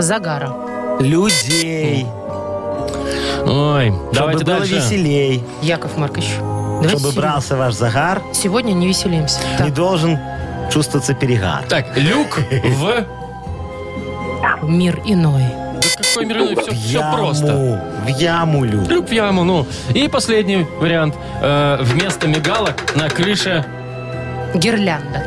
C: Загара.
D: Людей.
B: Ой, давайте
D: Чтобы было
B: дальше.
D: веселей.
C: Яков Маркович. Давайте
D: Чтобы
C: сегодня-
D: брался ваш загар,
C: Сегодня не веселимся.
D: не
C: Так,
D: должен чувствоваться перегар.
B: Так, люк в...
C: Мир иной.
B: Да какой мирной, все,
D: в яму.
B: просто.
D: В яму, Люк.
B: Люк в яму, ну. И последний вариант. Э, вместо мигалок на крыше...
C: Гирлянда.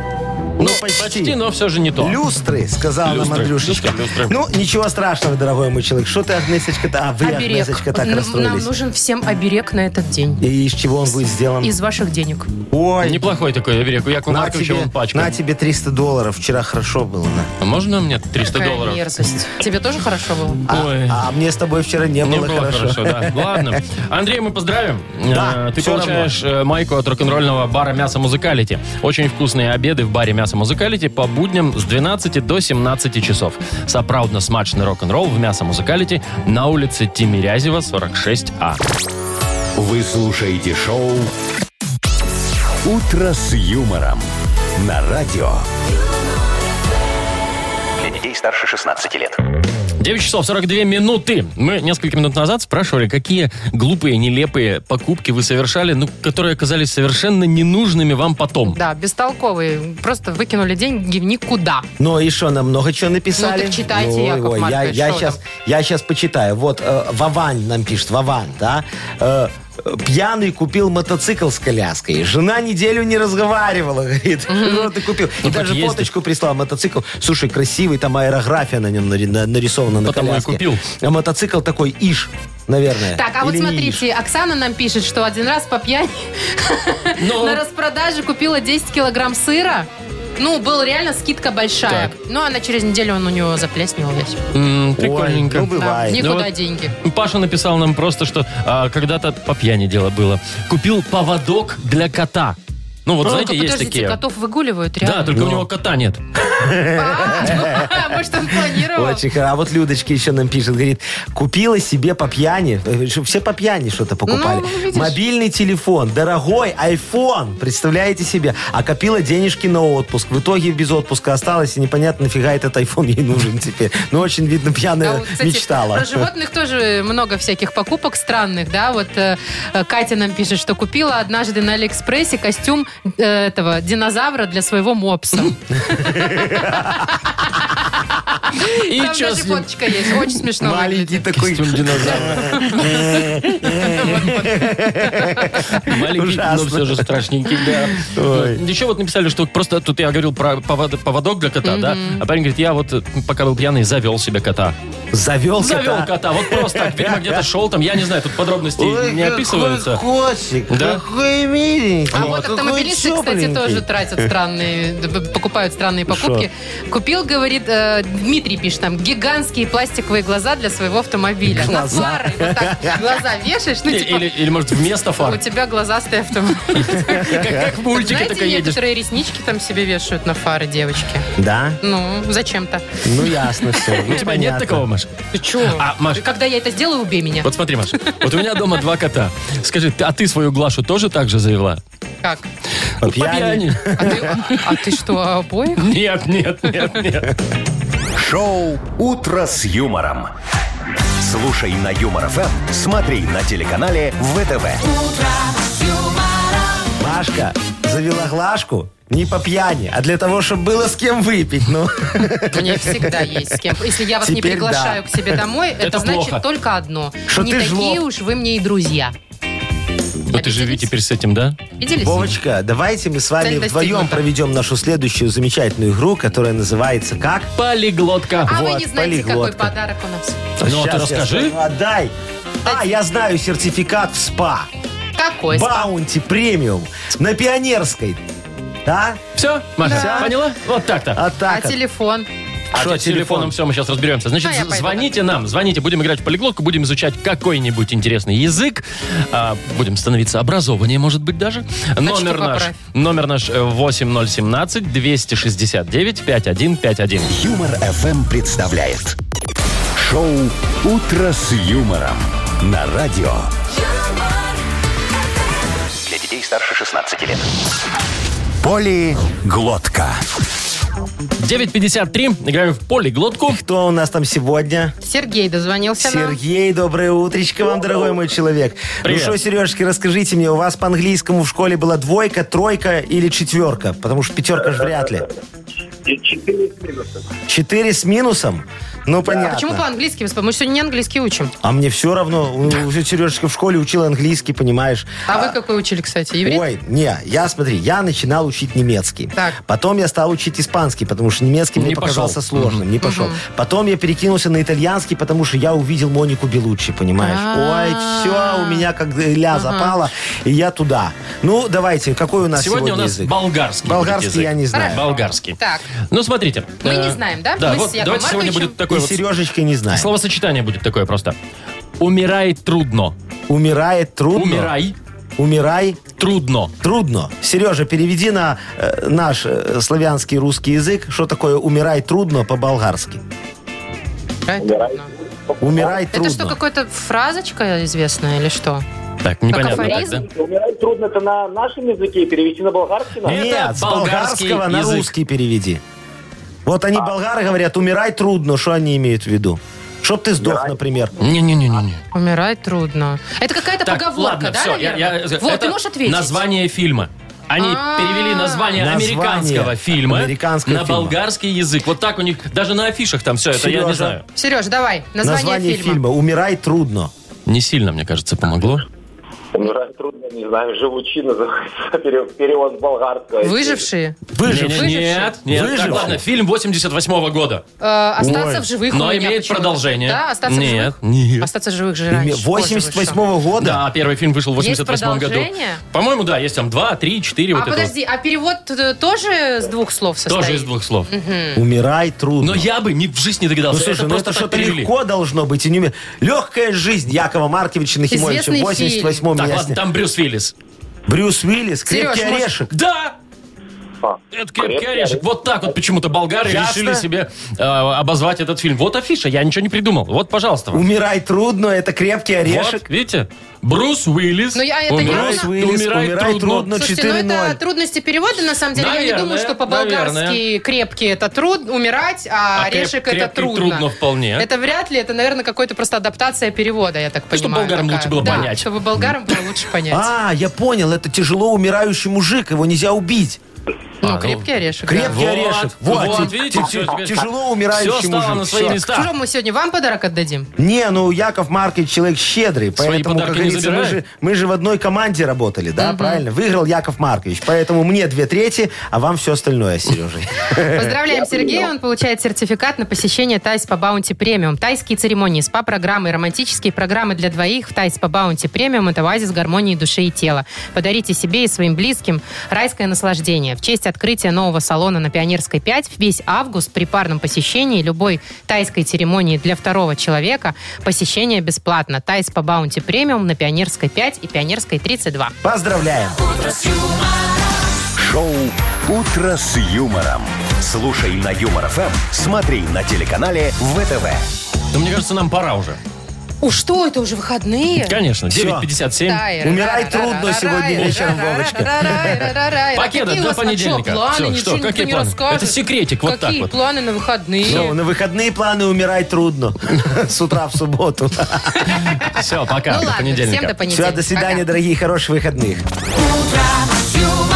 D: Ну, почти.
B: но все же не то.
D: Люстры, сказал нам
B: Люстры,
D: Андрюшечка.
B: люстры, люстры.
D: Ну, ничего страшного, дорогой мой человек. Что ты, Агнесочка-то? А вы,
C: оберег. Ну,
D: Агнесочка, так
C: Нам- нам
D: расстроились.
C: нужен всем оберег на этот день.
D: И из чего он будет сделан?
C: Из ваших денег.
D: Ой,
B: Неплохой такой оберег. У Якова
D: на
B: Марковича
D: тебе,
B: вон пачка.
D: на тебе 300 долларов. Вчера хорошо было. на.
B: А Можно мне 300
C: Какая
B: долларов?
C: мерзость. Тебе тоже хорошо было?
B: Ой.
D: А, а мне с тобой вчера не,
B: Не
D: было, хорошо.
B: да. Ладно. Андрей, мы поздравим.
D: Да,
B: Э, Ты
D: всё
B: получаешь э, майку от рок-н-ролльного бара «Мясо Музыкалити». Очень вкусные обеды в баре «Мясо Музыкалити» по будням с 12 до 17 часов. Соправдно смачный рок-н-ролл в «Мясо Музыкалити» на улице Тимирязева, А. 46А.
A: Вы слушаете шоу «Утро с юмором» на радио.
F: Для детей старше 16 лет.
B: 9 часов 42 минуты. Мы несколько минут назад спрашивали, какие глупые, нелепые покупки вы совершали, ну, которые оказались совершенно ненужными вам потом.
C: Да, бестолковые. Просто выкинули деньги в никуда.
D: Ну и что, нам много чего написали?
C: Ну так читайте, Яков
D: я-
C: Маркович,
D: я,
C: что
D: сейчас, я сейчас почитаю. Вот э, Вован нам пишет, Вован, да? Э, э, пьяный купил мотоцикл с коляской. Жена неделю не разговаривала, говорит. Что ты купил? И
B: Ну,
D: даже
B: хоть ездит.
D: фоточку прислал, мотоцикл. Слушай, красивый, там аэрография на нем нари- на- нарисована на
B: Потому и
D: коляске.
B: купил.
D: А мотоцикл такой Иш, наверное.
C: Так, а вот
D: Или не
C: смотрите, Оксана нам пишет, что один раз по пьяни
B: Ну?
C: на распродаже купила 10 килограмм сыра. Ну, была реально скидка большая.
B: Так.
C: Ну, она через неделю он у него заплеснил весь.
B: М,
D: Иш. Ой,
B: Прикольненько.
D: ну,
C: Да,
D: бывает.
C: Никуда
B: Ну вот-
C: деньги.
B: Паша написал нам просто, что а, когда-то по пьяни дело было. Купил поводок для кота. Ну вот, знаете,
C: Ну-ка,
B: есть
C: подождите,
B: такие.
C: котов выгуливают
B: Да,
C: реально?
B: только
D: Ну.
B: у него кота нет.
C: А, Может, он планировал?
D: Очень хорошо. А вот Людочка еще нам пишет, говорит, купила себе по пьяни, э, чтоб все по пьяни что-то покупали.
C: Ну, видишь.
D: Мобильный телефон, дорогой iPhone, представляете себе, а копила денежки на отпуск. В итоге без отпуска осталась, и непонятно, нафига этот iPhone ей нужен теперь. Ну, очень, видно,
C: Да,
D: пьяная
C: А вот, кстати,
D: мечтала.
C: Про животных тоже много всяких покупок странных, да. Вот э, э, Катя нам пишет, что купила однажды на Алиэкспрессе костюм э, этого динозавра для своего мопса.
B: И
C: Там
B: чё
C: даже
B: с ним?
C: фоточка есть, очень смешно выглядит.
D: Маленький такой,
B: Костюм динозавра. Маленький, но
D: Ужасно.
B: все же страшненький, да.
D: Ой.
B: Еще вот написали, что просто тут я говорил про повод- поводок для кота, да? А парень говорит, я вот э, пока был пьяный, завел себе кота.
D: завел
B: Завел кота, вот просто так, видимо, где-то шел там, я не знаю, тут подробности
D: Ой,
B: не
D: какой
B: описываются.
D: котик,
B: Да.
D: какой миленький.
C: А вот
B: ну,
D: какой
C: автомобилисты, кстати,
D: тепленький.
C: тоже тратят странные, д- покупают странные
B: Ну
C: покупки. Купил, говорит, э, Дмитрий пишет там, гигантские пластиковые глаза для своего автомобиля. На
D: Глаза.
C: фары. Вот так глаза вешаешь, ну
B: Или,
C: типа...
B: или, или, может, вместо
C: У
B: фар.
C: тебя глазастый автомобиль.
B: Как, как в мультике
C: Знаете,
B: только едешь.
C: некоторые реснички там себе вешают на фары девочки.
D: Да?
C: Ну, зачем-то.
D: Ну, ясно все.
B: У тебя нет такого, Маш?
C: Ты чё?
B: А, Маш,
C: Когда я это сделаю, убей меня.
B: вот смотри, Маш, вот у меня дома два кота. Скажи, ты- а ты свою Глашу тоже так же завела?
C: Как?
D: По
B: По пьяни.
C: А ты, а ты что, обоих?
B: Нет, нет, нет, нет.
A: Шоу «Утро с юмором». Слушай на Юмор ФМ, смотри на телеканале ВТВ.
D: Машка завела глажку не по пьяни, а для того, чтобы было с кем выпить. Ну,
C: Мне всегда есть с кем. Если я вас не
D: Теперь
C: приглашаю
D: да.
C: к себе домой, это,
B: Это
C: значит
B: плохо.
C: только одно.
D: Что
C: не
D: ты
C: такие
D: жлоб.
C: уж вы мне и друзья.
B: Вот ты живи теперь с этим, да?
C: Виделись?
D: Вовочка, давайте мы с вами
C: Цель
D: вдвоем
C: достигнута.
D: проведем нашу следующую замечательную игру, которая называется как?
B: Полиглотка.
C: а
D: вот,
C: вы не знаете, какой
D: полиглотка.
C: подарок у нас.
B: Ну, а ты
D: Щас я
B: расскажи.
D: скажу. А, дай. А, я знаю сертификат в СПА.
C: Какой?
D: Баунти премиум на Пионерской. Да?
B: Все, Маша,
D: Да.
B: поняла? Вот так-то.
D: А
C: А
D: так. вот.
C: телефон?
B: А
D: Шо,
B: с телефоном все, мы сейчас разберемся. Значит,
C: А я
B: з-
C: пойду
B: звоните нам, звоните, будем играть в полиглотку, будем изучать какой-нибудь интересный язык, а, будем становиться образованнее, может быть, даже. номер наш,
C: поправь.
B: номер наш э, 8017-269-5151.
A: Юмор ФМ представляет. Шоу «Утро с юмором» на радио.
F: Для детей старше 16 лет.
A: Полиглотка.
B: 9.53, играем в полиглотку.
D: Кто у нас там сегодня?
C: Сергей дозвонился нам.
D: Сергей, доброе утречко вам, дорогой мой человек.
B: Привет.
D: Ну что, Сережки, расскажите мне, у вас по английскому в школе была двойка, тройка или четверка? Потому что пятерка же вряд ли. Четыре с минусом? Ну, понятно.
C: А почему по-английски? вы спо- Мы сегодня не английский учим.
D: А мне все равно. У- у Сережечка в школе учил английский, понимаешь.
C: А вы какой учили, кстати? Еврей?
D: Ой, не, я смотри, я начинал учить немецкий.
C: Так.
D: Потом я стал учить испанский, потому что немецкий мне
B: Не пошел.
D: показался сложным, не пошел. Потом я перекинулся на итальянский, потому что я увидел Монику Белуччи, понимаешь?
C: А.
D: Ой, все, у меня как ля запала, и я туда. Ну, давайте, какой у нас сегодня,
B: Сегодня у нас
D: язык?
B: болгарский. будет
D: Болгарский я
B: язык.
D: не знаю.
B: Болгарский.
C: Так.
B: Ну, смотрите.
C: Мы
B: э,
C: не знаем, да?
B: Да,
C: Мы с
B: вот
C: Яковом
B: давайте сегодня
C: Марковичем.
B: будет такое
D: и
B: вот...
D: Сережечка не знаю.
B: Словосочетание будет такое просто. Умирает трудно.
D: Умирает трудно.
B: Умирай
D: Умирай
B: трудно.
D: трудно. Сережа, переведи на э, наш э, славянский русский язык, что такое умирай трудно по-болгарски. Умирай
C: Это
D: трудно.
C: что, какая-то фразочка известная или что?
B: Так, непонятно. Так,
C: Афоризм?
B: да?
I: Умирать трудно это на нашем языке перевести на болгарский надо?
B: Это
D: Ну, Нет, с болгарского
B: болгарский
D: на
B: язык. А.
D: русский переведи. Вот они, болгары, говорят, умирай трудно. Что они имеют в виду? Чтоб ты сдох, например.
B: Не-не-не-не.
C: Умирать трудно. Это какая-то
B: Так,
C: А, поговорка,
B: ладно,
C: да,
B: все. я-
C: наверное?
B: я-
C: вот,
B: это
C: ты можешь ответить. А.
B: Название фильма. Они
C: А-а-а.
B: перевели название,
D: Название
B: американского фильма
D: американского
B: на
D: фильма.
B: болгарский язык. Вот так у них, даже на афишах там все, это я не
D: Сережа.
B: знаю.
C: Сереж, давай, название,
D: Название фильма.
C: фильма.
D: «Умирай трудно».
B: Не сильно, мне кажется, помогло.
I: Ну, раз трудно, не знаю, живучи называется, пере- перевод с болгарского.
C: Выжившие?
B: Нет,
C: Выживший.
B: нет, нет. Так,
D: Выживший.
B: ладно, фильм 88 года.
C: Э, остаться
D: Ой.
C: в живых у
B: Но
C: меня
B: имеет
C: почему-то.
B: продолжение.
C: Да, остаться в живых.
B: Нет, нет.
C: Остаться в живых же раньше. Боже мой,
D: 88 года?
B: Да, первый фильм вышел в
C: Есть
B: 88 году.
C: продолжение?
B: По-моему, да, есть там 2, 3, 4,
C: что.
B: вот это
C: А
B: вот.
C: подожди, а перевод э, тоже с двух слов состоит?
B: Тоже из двух слов.
D: Умирай трудно.
B: Но я бы ни в жизнь не
D: Ну,
B: догадался.
D: слушай, ну
B: просто
D: это
B: так
D: что-то
B: перевели.
D: легко должно быть. и не уме- Легкая жизнь Якова Марковича Нахимовича в
C: Известный
D: 88
B: Так,
D: меня
B: ладно,
D: сня-
B: там Брюс Уиллис.
D: Брюс Уиллис,
C: Серёж,
D: крепкий
C: может-
D: орешек.
B: Да!
I: А.
B: Это крепкий
I: Крепкий
B: орешек.
I: орешек.
B: Вот так вот почему-то болгары
D: Ясно.
B: решили себе э, обозвать этот фильм. Вот афиша, я ничего не придумал. Вот, пожалуйста. вам.
D: Умирай трудно, это крепкий орешек.
B: Вот, видите? Брюс Уиллис.
C: Ну, я- это
B: умирает,
C: Брюс
D: Уиллис, умирает трудно.
C: Слушайте, ну это
D: 4:0.
C: трудности перевода, на самом деле. я не
B: Наверное,
C: думаю, что по-болгарски
B: наверное.
C: крепкий это труд, умирать, а,
B: А креп-
C: орешек это
B: крепкий
C: трудно.
B: трудно вполне.
C: Это вряд ли, это, наверное, какой-то просто адаптация перевода, я так
B: чтобы
C: понимаю.
B: болгарам
C: такая.
B: лучше было
C: Да,
B: понять.
C: чтобы болгарам было лучше понять.
D: А, я понял, это тяжело умирающий мужик, его нельзя убить.
B: А,
C: Ну,
B: ну,
C: крепкий орешек, да.
D: Крепкий
B: Вот,
D: орешек.
B: вот,
D: те-
B: видите,
D: те-
B: всё теперь-
D: тяжело
B: Все
D: умирающий
B: стало
D: мужик.
B: на свои
D: всё.
B: места.
C: Что, мы сегодня вам подарок отдадим?
D: Не, ну Яков Маркович человек щедрый,
B: Свои
D: поэтому, как
B: подарки не
D: говорится, мы
B: забирает?
D: же, мы же в одной команде работали, да, правильно? Выиграл Яков Маркович, поэтому мне две трети, а вам все остальное, Сережа.
C: Поздравляем Сергея, он получает сертификат на посещение Тайс по Баунти Премиум. Тайские церемонии, СПА-программы и романтические программы для двоих в Тайс по Баунти Премиум – это оазис гармонии души и тела. Подарите себе и своим близким райское наслаждение. В честь открытия нового салона на Пионерской 5 весь август при парном посещении любой тайской церемонии для второго человека посещение бесплатно. Тайс по Баунти Премиум на Пионерской 5 и Пионерской 32.
D: Поздравляем.
A: Шоу «Утро с юмором». Слушай на Юмор ФМ, смотри на телеканале ВТВ.
B: Ну, мне кажется, нам пора уже.
C: У что, это уже выходные?
B: Конечно, 9.57.
D: Умирай трудно сегодня вечером, Вовочка.
C: Вовочка.
B: Пакеты до понедельника. Все,
C: планы?
B: что,
C: Ничего никто
B: какие
C: не
B: планы?
C: расскажет.
B: Это секретик, вот так
C: Какие
B: вот.
C: планы на
D: Ну,
C: выходные?
D: на выходные планы умирать трудно. С утра в субботу.
B: Все, пока,
C: Ну
B: до
C: ладно, всем
B: понедельника.
C: до
D: Все,
C: понедельника.
D: до свидания,
C: Пока.
D: дорогие, хороших выходных.
J: юмором.